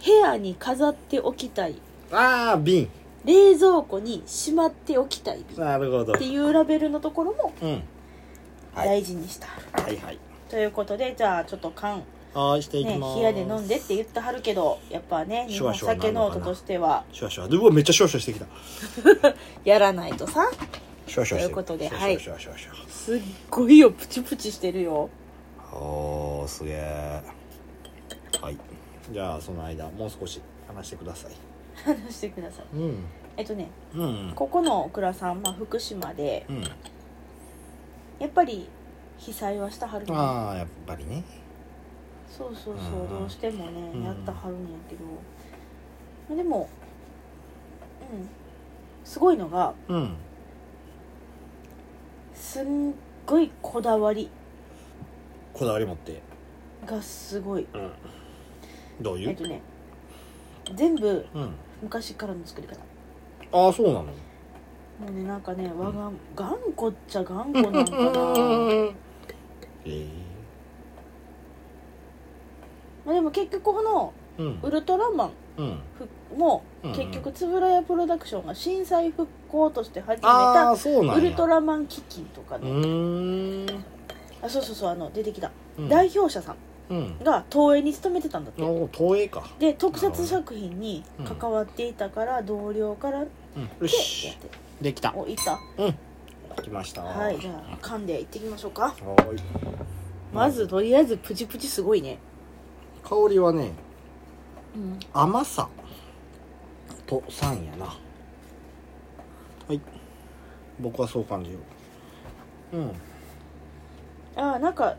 Speaker 2: 部屋に飾っておきたい
Speaker 1: あーあー瓶
Speaker 2: 冷蔵庫にしまっておきたい瓶っ
Speaker 1: なるほど
Speaker 2: ていうラベルのところも
Speaker 1: うんはい
Speaker 2: 大事にした、
Speaker 1: はいはい
Speaker 2: ということでじゃあちょっと缶
Speaker 1: はーいしていき
Speaker 2: ね
Speaker 1: ます
Speaker 2: 冷やで飲んでって言ってはるけどやっぱね
Speaker 1: シ
Speaker 2: 日
Speaker 1: ュワ
Speaker 2: 本
Speaker 1: シュワ
Speaker 2: 酒ノートとしては
Speaker 1: シュワシュワでうわめっちゃシュワシュワしてきた
Speaker 2: やらないとさ
Speaker 1: シュワシュワしてる
Speaker 2: ということで
Speaker 1: シュ
Speaker 2: はい
Speaker 1: ワシュワシュワシュワシュワ
Speaker 2: すっごいよプチプチしてるよ
Speaker 1: おーすげえはいじゃあその間もう少し話してください
Speaker 2: 話してください
Speaker 1: うん
Speaker 2: えっとね
Speaker 1: うんうん
Speaker 2: ここの蔵さん、まあ、福島で
Speaker 1: うん
Speaker 2: やっぱり被災はしたはるのね
Speaker 1: ああやっぱりね
Speaker 2: そうそう
Speaker 1: う
Speaker 2: そ
Speaker 1: ん
Speaker 2: うどうしても
Speaker 1: うん
Speaker 2: ねやったはるんやけどまあでもうんすごいのが
Speaker 1: うん
Speaker 2: すんごいこだわり
Speaker 1: こだわり持って
Speaker 2: がすごい
Speaker 1: うんどうい
Speaker 2: えっ
Speaker 1: う
Speaker 2: とね全部
Speaker 1: うん
Speaker 2: 昔からの作り方
Speaker 1: ああそうなの
Speaker 2: もうねなんかねわが頑固っちゃ頑固なんかな
Speaker 1: ええ
Speaker 2: まあでも結局この
Speaker 1: うん
Speaker 2: ウルトラマン
Speaker 1: うん
Speaker 2: ふも
Speaker 1: うんうん
Speaker 2: 結局円谷プロダクションが震災復興として始め
Speaker 1: あ
Speaker 2: た
Speaker 1: あそうなんや
Speaker 2: ウルトラマン基金とか
Speaker 1: う
Speaker 2: ね
Speaker 1: ーん
Speaker 2: あそうそうそうあの出てきた、
Speaker 1: うん
Speaker 2: 代表者さん
Speaker 1: うん
Speaker 2: が東映に勤めてたんだって
Speaker 1: お東映か
Speaker 2: で特撮作品に
Speaker 1: なるほど
Speaker 2: 関わっていたから、同僚からで
Speaker 1: うんよ
Speaker 2: やっ
Speaker 1: してできた
Speaker 2: おいった
Speaker 1: 来ました
Speaker 2: はいじゃあ噛んでいってきましょうか
Speaker 1: はーい
Speaker 2: まずとりあえずプチプチすごいね
Speaker 1: 香りはね
Speaker 2: うん
Speaker 1: 甘さと酸やなはい僕はそう感じるうん
Speaker 2: あーなんか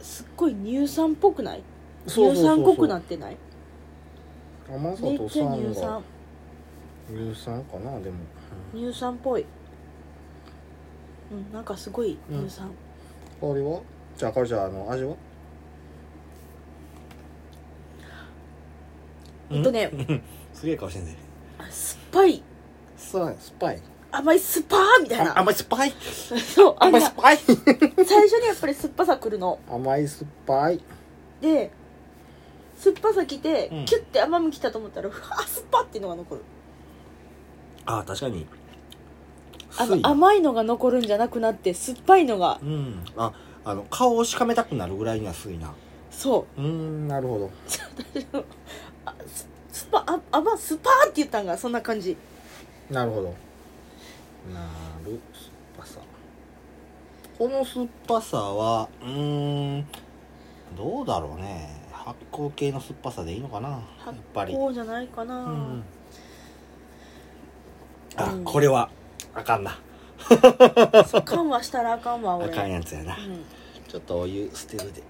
Speaker 2: すっごい乳酸っぽくない
Speaker 1: そうそうそうそう
Speaker 2: 乳酸っぽくなってない
Speaker 1: 甘さ
Speaker 2: め
Speaker 1: と
Speaker 2: っちゃ
Speaker 1: 酸
Speaker 2: 乳
Speaker 1: が
Speaker 2: 酸
Speaker 1: 乳酸かなでも
Speaker 2: 乳酸っぽいうんなんかすごい乳酸、
Speaker 1: 香りはじゃあ香りじゃああの味は
Speaker 2: えっとね
Speaker 1: すげえ顔してんね
Speaker 2: 酸っぱい
Speaker 1: 酸い酸っぱい
Speaker 2: 甘い酸っぱーみたい
Speaker 1: あ
Speaker 2: な
Speaker 1: 甘い酸っぱい
Speaker 2: そうあん
Speaker 1: 甘
Speaker 2: ない
Speaker 1: 酸っぱい
Speaker 2: 最初にやっぱり酸っぱさくるの
Speaker 1: 甘い酸っぱい
Speaker 2: で酸っぱさきて、
Speaker 1: うん
Speaker 2: キュッて甘みきたと思ったらうわ酸っぱっていうのが残る
Speaker 1: あ確かに
Speaker 2: あの甘いのが残るんじゃなくなって酸っぱいのが
Speaker 1: うんああの顔をしかめたくなるぐらいにはすごいな
Speaker 2: そう
Speaker 1: ーんなるほど
Speaker 2: うあススパああまあスパーって言ったんがそんな感じ
Speaker 1: なるほどなる酸っぱさこの酸っぱさはうーんどうだろうね発酵系の酸っぱさでいいのかなやっぱり
Speaker 2: こうじゃないかな、
Speaker 1: うんあ、
Speaker 2: うん
Speaker 1: これはあかんな
Speaker 2: そうかんはしたらあかんわ
Speaker 1: あ
Speaker 2: 俺
Speaker 1: かんやつやな
Speaker 2: うん、
Speaker 1: ちょっとお湯捨てるで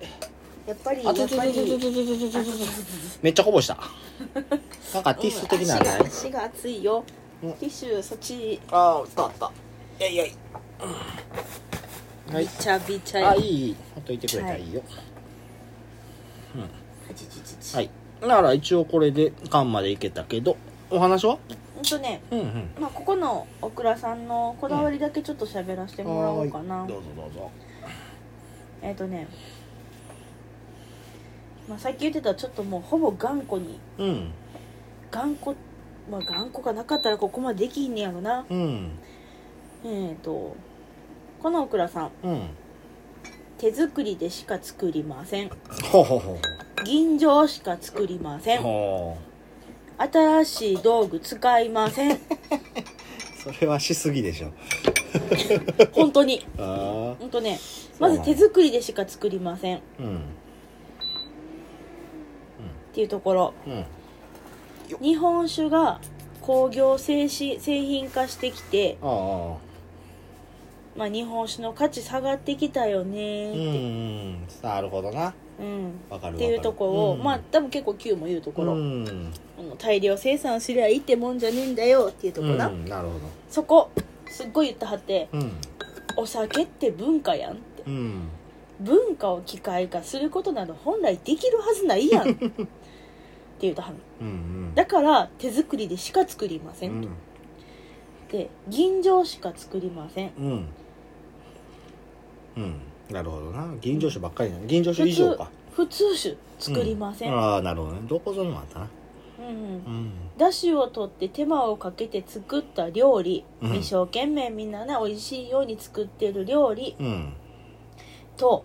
Speaker 2: やっぱりや
Speaker 1: あ
Speaker 2: っ
Speaker 1: ちょちょ
Speaker 2: ぱ
Speaker 1: ちょちょ
Speaker 2: り
Speaker 1: ちょちょちょちょちょめっちゃこぼしたなんかティッシュ的なの
Speaker 2: うん
Speaker 1: ない
Speaker 2: 足が足が熱いよテ
Speaker 1: うん
Speaker 2: ィッシュそっち
Speaker 1: ああ伝わったいやいやいは
Speaker 2: び
Speaker 1: い
Speaker 2: ちゃびちゃ
Speaker 1: あ
Speaker 2: や
Speaker 1: いいいいほっといてくれたら
Speaker 2: はい
Speaker 1: いよ
Speaker 2: あちちちち
Speaker 1: はい、なら一応これで缶までいけたけどお話は
Speaker 2: ほんとね
Speaker 1: うんうん
Speaker 2: まあここのオクラさんのこだわりだけちょっと喋らせてもらおうかな、
Speaker 1: どうぞどうぞ
Speaker 2: えっ、とね、まあ、さっき言ってたちょっともうほぼ頑固に
Speaker 1: うん
Speaker 2: 頑固まあ頑固がなかったらここまでできひんねやろな
Speaker 1: うん
Speaker 2: えっ、とこのオクラさん
Speaker 1: うん
Speaker 2: 手作りでしか作りません
Speaker 1: ほうほうほ
Speaker 2: 吟醸しか作りませ
Speaker 1: うんほ
Speaker 2: 新しい道具使いません
Speaker 1: *laughs* うそれはしすぎでしょ
Speaker 2: 本当に
Speaker 1: あ
Speaker 2: 本当ね
Speaker 1: そうな
Speaker 2: ま
Speaker 1: んや
Speaker 2: ず手作りでしか作りませんっ
Speaker 1: あうん
Speaker 2: ていうところ
Speaker 1: うん
Speaker 2: 日本酒が工業製し製品化してきて、
Speaker 1: ああ
Speaker 2: まあ、日本酒の価値下がってきたよ
Speaker 1: うん
Speaker 2: ね
Speaker 1: うんなるほどな
Speaker 2: うん
Speaker 1: わかるわかる
Speaker 2: っていうところを、
Speaker 1: うん
Speaker 2: まあ多分結構 Q も言うところ、
Speaker 1: うん
Speaker 2: あの大量生産すりゃいいってもんじゃねえんだよっていうところな、
Speaker 1: うんなるほ
Speaker 2: そこすっごい言ったはって
Speaker 1: どうん
Speaker 2: お酒って文化やんって
Speaker 1: うん
Speaker 2: 文化を機械化することなど本来できるはずないや
Speaker 1: *laughs*
Speaker 2: んって言うとはん
Speaker 1: うんうん
Speaker 2: だから手作りでしか作りませ
Speaker 1: うん
Speaker 2: と、
Speaker 1: ん
Speaker 2: で吟醸しか作りません
Speaker 1: うんうんなるほどな銀醸酒ばっかりな銀醸酒以上か
Speaker 2: 普通酒作りません、
Speaker 1: う
Speaker 2: うん
Speaker 1: ああなるほどねどこぞにもあったな
Speaker 2: うん
Speaker 1: うん
Speaker 2: だしを取って手間をかけて作った料理、
Speaker 1: うん
Speaker 2: 一生懸命みんなね美味しいように作ってる料理
Speaker 1: うん
Speaker 2: と、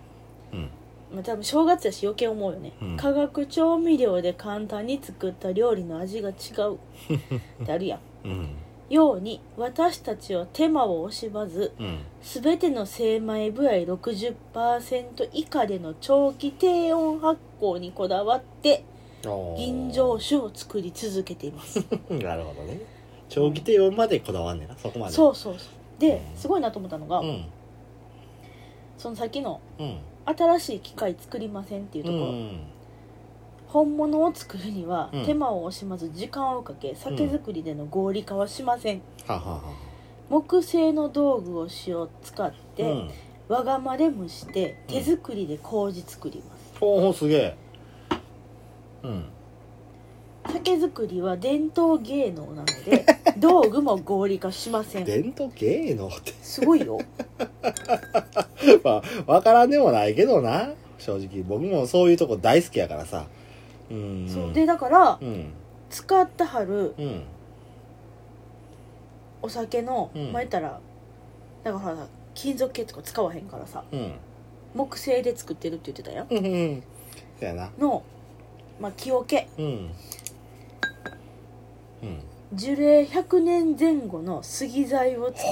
Speaker 1: うん
Speaker 2: まあ、多分正月やし余計思うよね、
Speaker 1: うん
Speaker 2: 化学調味料で簡単に作った料理の味が違
Speaker 1: *laughs*
Speaker 2: うってあるやん
Speaker 1: うん
Speaker 2: ように私たちは手間を惜しまず
Speaker 1: うん
Speaker 2: 全ての精米部合60%以下での長期低温発酵にこだわって吟醸酒を作り続けています
Speaker 1: 酒なるほどね長期低温までこだわんねんなそこまで
Speaker 2: そううそうそうですごいなと思ったのが、
Speaker 1: ん
Speaker 2: その先の
Speaker 1: うん
Speaker 2: 新しい機械作りませんっていうところ、
Speaker 1: うん
Speaker 2: 本物を作るには
Speaker 1: うん
Speaker 2: 手間を惜しまず時間をかけ酒造りでの合理化はしません、
Speaker 1: ははは
Speaker 2: 木製の道具を使用使って、
Speaker 1: うん
Speaker 2: わがまで蒸して
Speaker 1: うん
Speaker 2: 手作りで麹作ります、
Speaker 1: ほうほうすげえうん
Speaker 2: 酒造りは伝統芸能なの
Speaker 1: *laughs*
Speaker 2: で道具も合理化しません
Speaker 1: 伝統芸能って
Speaker 2: すごいよ
Speaker 1: まあ、わからんでもないけどな正直僕もそういうとこ大好きやからさうん
Speaker 2: そうでだから
Speaker 1: うん
Speaker 2: 使ってはる
Speaker 1: うん
Speaker 2: お酒の、
Speaker 1: うん
Speaker 2: まあ言ったらだからほら金属系とか使わへんからさ
Speaker 1: うん
Speaker 2: 木製で作ってるって言ってたやん
Speaker 1: うんうんそうやな
Speaker 2: の、まあ、木桶
Speaker 1: うんうん
Speaker 2: 樹齢100年前後の杉材を使っ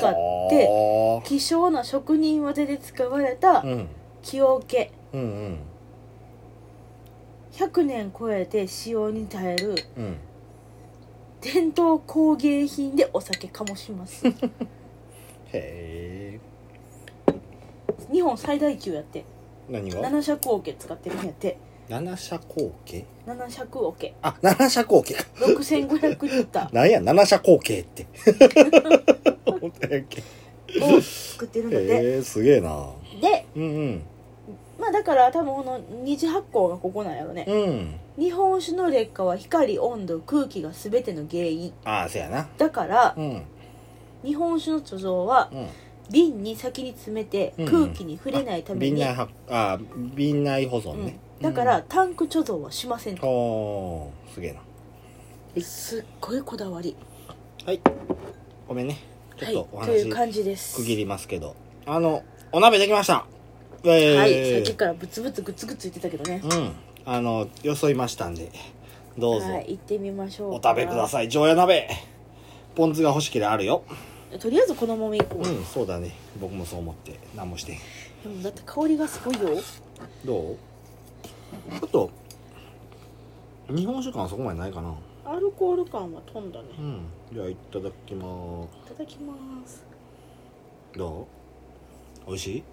Speaker 2: て
Speaker 1: は
Speaker 2: 希少な職人技で使われた
Speaker 1: あうん
Speaker 2: 木桶
Speaker 1: うんうん
Speaker 2: 100年超えて使用に耐える
Speaker 1: うん
Speaker 2: 伝統工芸品でお酒かもします
Speaker 1: へえ
Speaker 2: 日本最大級やって
Speaker 1: 何が
Speaker 2: 七尺桶使ってるんやって
Speaker 1: 七社後継
Speaker 2: 七尺桶
Speaker 1: あ七社後継か
Speaker 2: 6500リッタ
Speaker 1: なんや七社後継って本当やっけ *laughs*
Speaker 2: ーを作ってるので
Speaker 1: へえすげえな
Speaker 2: で
Speaker 1: うんうん
Speaker 2: まあだから多分この二次発酵がここなんやろね
Speaker 1: うん
Speaker 2: 日本酒の劣化は光温度空気が全ての原因
Speaker 1: ああそうやな
Speaker 2: だから
Speaker 1: うん
Speaker 2: 日本酒の貯蔵は
Speaker 1: うん
Speaker 2: 瓶に先に詰めて
Speaker 1: うん
Speaker 2: 空気に触れないため
Speaker 1: 瓶
Speaker 2: に、
Speaker 1: 内はあ瓶内保存ね、
Speaker 2: うんだからタンク貯蔵はしません
Speaker 1: うんおーすげえな
Speaker 2: すっごいこだわり
Speaker 1: はいごめんねちょ
Speaker 2: は
Speaker 1: っと
Speaker 2: い
Speaker 1: お話
Speaker 2: という感じです
Speaker 1: 区切りますけどあのお鍋できましたえー
Speaker 2: はいさっきからブツブツグツグツ言ってたけどね
Speaker 1: うんあのよそいましたんでどうぞ、
Speaker 2: はい行ってみましょう
Speaker 1: お食べくだ
Speaker 2: い
Speaker 1: さい常夜鍋ポン酢が欲しければあるよ
Speaker 2: とりあえずこのまま行こう、
Speaker 1: うんそうだね僕もそう思って何もしてへん
Speaker 2: でもだって香りがすごいよ
Speaker 1: どうちょっと日本酒感はそこまでないかな
Speaker 2: アルコール感は飛んだね
Speaker 1: うんじゃあいただきまー
Speaker 2: いただきます
Speaker 1: すどう美味しい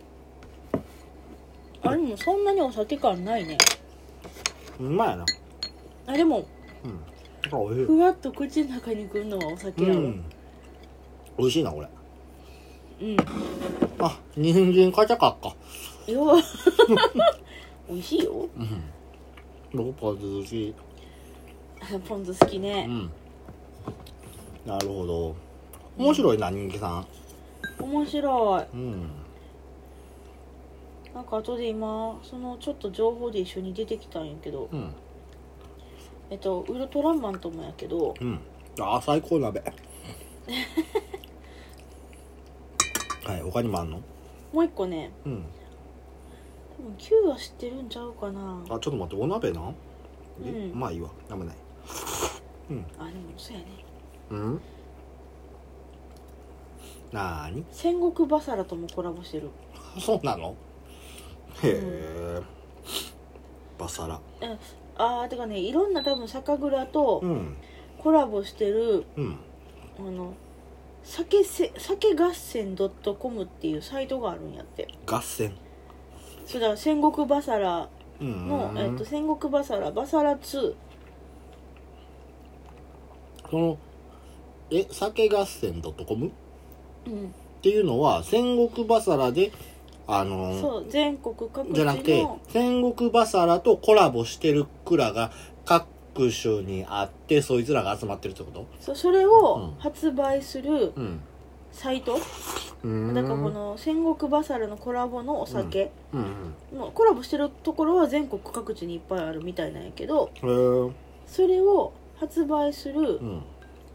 Speaker 2: あでもそんなにお酒感ないね
Speaker 1: うまいやな
Speaker 2: あでも
Speaker 1: うんあ美味し
Speaker 2: ふわっと口の中にくるのはお酒
Speaker 1: い
Speaker 2: や
Speaker 1: う
Speaker 2: わ
Speaker 1: ん美味しいなこれ
Speaker 2: うん
Speaker 1: あ人参かちゃかっか
Speaker 2: よ *laughs* 美味しいよ
Speaker 1: うん僕ポン酢好き
Speaker 2: あポン酢好き
Speaker 1: う
Speaker 2: ね、
Speaker 1: んなるほど面白いな人気さ
Speaker 2: 面白
Speaker 1: んうん
Speaker 2: いなんか後で今そのちょっと情報で一緒に出てきたんやけど
Speaker 1: うん
Speaker 2: えっとウルトラマンともやけど
Speaker 1: うんあー最高 *laughs* 鍋はい他にもあんの
Speaker 2: もう一個ね
Speaker 1: うん
Speaker 2: 多分 Q は知ってるんちゃうかな
Speaker 1: あちょっと待ってお鍋な、え
Speaker 2: うん
Speaker 1: まあいいわなんもない
Speaker 2: あでもそうやね
Speaker 1: うんなーに *laughs*
Speaker 2: 戦国バサラともコラボしてる
Speaker 1: そうなのへえバサラ
Speaker 2: あーてかねいろんな多分酒蔵と
Speaker 1: うん
Speaker 2: コラボしてる、
Speaker 1: うん
Speaker 2: あの酒せ酒合戦 .com っていうサイトがあるんやって
Speaker 1: 合戦
Speaker 2: そうだから戦国バサラ
Speaker 1: うん
Speaker 2: の、えっと、戦国バサラバサラ2
Speaker 1: そのえ酒合戦 .com っ
Speaker 2: うん、
Speaker 1: ていうのは戦国バサラであのー
Speaker 2: そう全国各地
Speaker 1: じゃなくて
Speaker 2: の
Speaker 1: 戦国バサラとコラボしてる蔵が各種にあってそいつらが集まってるってこと
Speaker 2: そうそれを発売する
Speaker 1: うん
Speaker 2: サイト、
Speaker 1: うん
Speaker 2: だからこの戦国バサラのコラボのお酒
Speaker 1: うん
Speaker 2: のコラボしてるところは全国各地にいっぱいあるみたいなんやけど
Speaker 1: へえうん
Speaker 2: それを発売する
Speaker 1: うん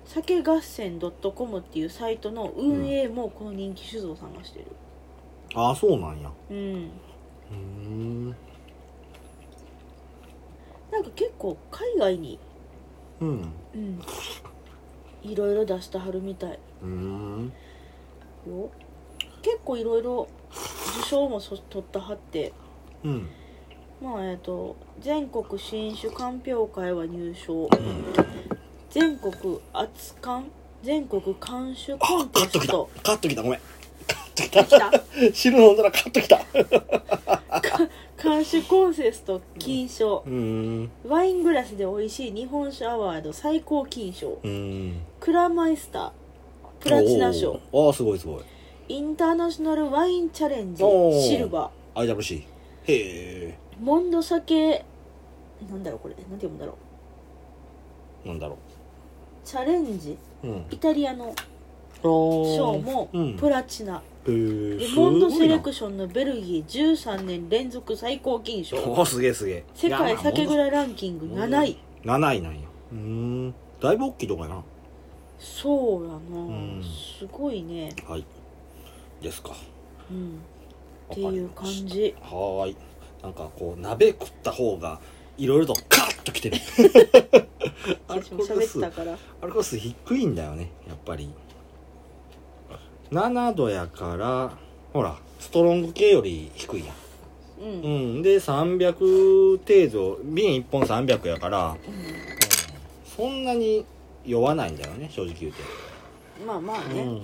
Speaker 2: 酒合戦 .com っていうサイトの運営もこの人気酒造さんがしてる
Speaker 1: ああそうなんや
Speaker 2: うん
Speaker 1: うん
Speaker 2: なんか結構海外に、
Speaker 1: うん
Speaker 2: うん、いろいろ出してはるみたい
Speaker 1: うん
Speaker 2: よ結構いろいろ受賞もそ取ったはって
Speaker 1: うん
Speaker 2: まあえっ、と全国新酒鑑評会は入賞全国熱燗全国鑑酒コンテ
Speaker 1: カッと
Speaker 2: ス
Speaker 1: き
Speaker 2: ト
Speaker 1: たカッときたごめんカッと
Speaker 2: 来
Speaker 1: き
Speaker 2: た
Speaker 1: た汁飲んだ *laughs* らカッときた
Speaker 2: 鑑酒コンテスト金賞
Speaker 1: うん
Speaker 2: ワイングラスで美味しい日本酒アワード最高金賞
Speaker 1: うん
Speaker 2: クラマイスタープラチナ賞
Speaker 1: おーああすごいすごい
Speaker 2: インターナショナルワインチャレンジ
Speaker 1: おー
Speaker 2: シルバ
Speaker 1: IWC へえ
Speaker 2: ーモンド酒なんだろうこれなんて読むんだろう
Speaker 1: なんだろ
Speaker 2: チャレンジ
Speaker 1: ううん
Speaker 2: イタリアの賞
Speaker 1: 賞
Speaker 2: も
Speaker 1: うん
Speaker 2: プラチナ、
Speaker 1: へー
Speaker 2: です
Speaker 1: ご
Speaker 2: モ
Speaker 1: いな
Speaker 2: ンドセレクションのベルギー13年連続最高金賞
Speaker 1: おおすげえすげえ
Speaker 2: 世界酒
Speaker 1: い
Speaker 2: 蔵ランキング
Speaker 1: や
Speaker 2: 7位
Speaker 1: まあ7位なんやうーんだいぶ大きいとこやな
Speaker 2: そうやな、
Speaker 1: ん
Speaker 2: すごいね、
Speaker 1: はいですか
Speaker 2: うん、って
Speaker 1: わか
Speaker 2: い
Speaker 1: り
Speaker 2: う
Speaker 1: ま
Speaker 2: 感
Speaker 1: した
Speaker 2: じ
Speaker 1: はーいなんかこう鍋食った方がいろいろとカーッとき *laughs* てるアル
Speaker 2: 私
Speaker 1: コ
Speaker 2: も
Speaker 1: ール
Speaker 2: 喋って
Speaker 1: 数
Speaker 2: たから
Speaker 1: アルコール数低いんだよねやっぱり7度やからほらストロング系より低いやん
Speaker 2: うん、
Speaker 1: う
Speaker 2: うん
Speaker 1: んで300程度瓶1本300やからそんなに酔わないんだよね正直言うて
Speaker 2: まあまあね、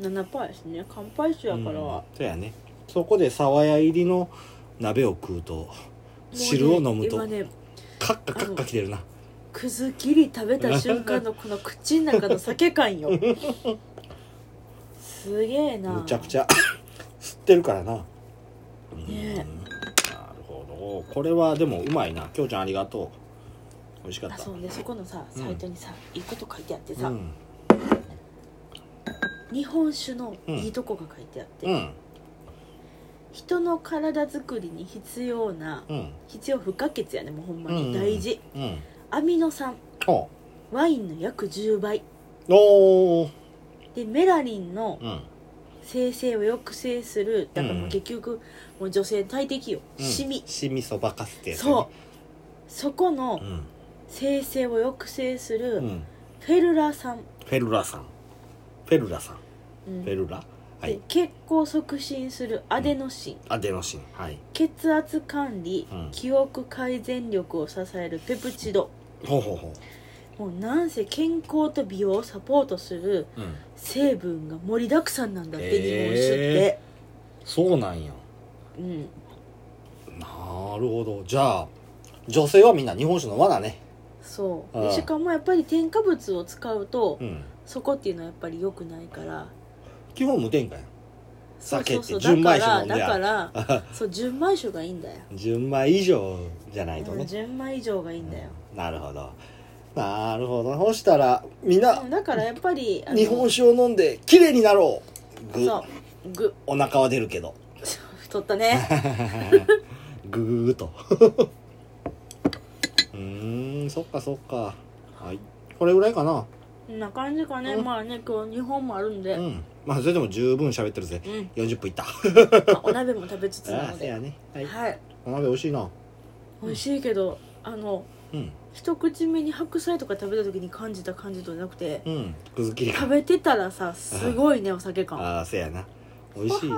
Speaker 2: 7パーやしね乾杯酒やから、
Speaker 1: うんそうやねそこで沢屋入りの鍋を食うと汁を飲むと
Speaker 2: もうね今ね
Speaker 1: カッカカッカきてるな
Speaker 2: くず切り食べた瞬
Speaker 1: *laughs*
Speaker 2: 間のこの口の中の酒感よすげえな
Speaker 1: むちゃくちゃ吸ってるからなね
Speaker 2: え
Speaker 1: なるほどこれはでもうまいなきょうちゃんありがとう美味しかっ
Speaker 2: あ
Speaker 1: た
Speaker 2: そうねそこのさ
Speaker 1: うん
Speaker 2: サイトにさ、いいこと書いてあってさ、
Speaker 1: うん
Speaker 2: 日本酒の
Speaker 1: うん
Speaker 2: いいとこが書いてあって、
Speaker 1: うん
Speaker 2: 人の体作りに必要な
Speaker 1: うん
Speaker 2: 必要不可欠やねもうほんま
Speaker 1: うん
Speaker 2: に大事、
Speaker 1: うん
Speaker 2: アミノ酸
Speaker 1: お
Speaker 2: ワインの約10倍
Speaker 1: おー
Speaker 2: でメラニンの
Speaker 1: うん
Speaker 2: 生成を抑制するだからもううん結局、もう女性大敵よ、
Speaker 1: うん
Speaker 2: シミ
Speaker 1: シミそばかすってやつね、
Speaker 2: そうそこの
Speaker 1: うん、
Speaker 2: 生成を抑制す
Speaker 1: う
Speaker 2: る
Speaker 1: ん、
Speaker 2: フェルラ酸、
Speaker 1: フェルラさんフェルラさん
Speaker 2: うん
Speaker 1: フェルラは
Speaker 2: で
Speaker 1: い
Speaker 2: 血行促進するアデノシン、
Speaker 1: アデノシンはい
Speaker 2: 血圧管理、
Speaker 1: うん
Speaker 2: 記憶改善力を支えるペプチド
Speaker 1: ほうほうほ
Speaker 2: もうなんせ健康と美容をサポートする
Speaker 1: う、うん、
Speaker 2: 成分が盛りだくさんなんだって、
Speaker 1: へー
Speaker 2: 日本酒って、
Speaker 1: そうなんや
Speaker 2: うん、
Speaker 1: なるほどじゃあ女性はみんな日本酒の罠ね
Speaker 2: そう
Speaker 1: あ
Speaker 2: で
Speaker 1: あ
Speaker 2: しかもやっぱり添加物を使うと、
Speaker 1: うん
Speaker 2: そこっていうのはやっぱり良くないから
Speaker 1: 基本無添加やん酒って
Speaker 2: そうそうそう
Speaker 1: 純米酒飲んで
Speaker 2: だ
Speaker 1: や
Speaker 2: からだからそう純米酒がいいんだよ、
Speaker 1: *laughs* 純米以上じゃないと
Speaker 2: うん
Speaker 1: ね、
Speaker 2: 純米以上がいいんだよ、
Speaker 1: なるほどなるほどそしたらみんな
Speaker 2: うんだからやっぱりあの
Speaker 1: 日本酒を飲んで綺麗になろうぐ
Speaker 2: そうグ
Speaker 1: お腹は出るけど
Speaker 2: *laughs* 太っ
Speaker 1: *laughs*
Speaker 2: たね
Speaker 1: ぐぐぐと *laughs* うーんそっかそっかはいこれぐらいかな
Speaker 2: こんな感じかね、
Speaker 1: うん
Speaker 2: まあね今日日本もあるんで、
Speaker 1: う
Speaker 2: うん
Speaker 1: んまあそれでも十分喋ってるぜ40分いった
Speaker 2: まあお鍋も食べつつ
Speaker 1: *laughs*
Speaker 2: な
Speaker 1: ああ
Speaker 2: の
Speaker 1: せ
Speaker 2: で
Speaker 1: やねはい
Speaker 2: はい
Speaker 1: お鍋美味しいな
Speaker 2: 美味しいけどあの
Speaker 1: うん
Speaker 2: 一口目に白菜とか食べた時に感じた感じとなくて
Speaker 1: うんくずきり
Speaker 2: 食
Speaker 1: か
Speaker 2: べてたらさすごいねお酒感
Speaker 1: ああせやな美味しいよ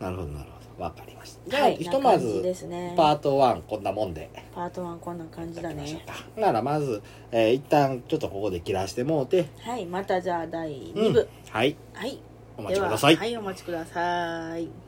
Speaker 1: なるほどなるほどわかりましたじゃあ、
Speaker 2: はい
Speaker 1: ひとま
Speaker 2: な感じで
Speaker 1: ず
Speaker 2: すね
Speaker 1: パート1こんなもんで
Speaker 2: パート1こんな感じだ
Speaker 1: やってみ
Speaker 2: ね
Speaker 1: ましょうかならまず、えー一旦ちょっとここで切らしてもうて、
Speaker 2: はいまたじゃあ第
Speaker 1: う
Speaker 2: 2
Speaker 1: ん
Speaker 2: 部、
Speaker 1: はい
Speaker 2: はい
Speaker 1: お
Speaker 2: お
Speaker 1: 待ちください
Speaker 2: はいお待ちください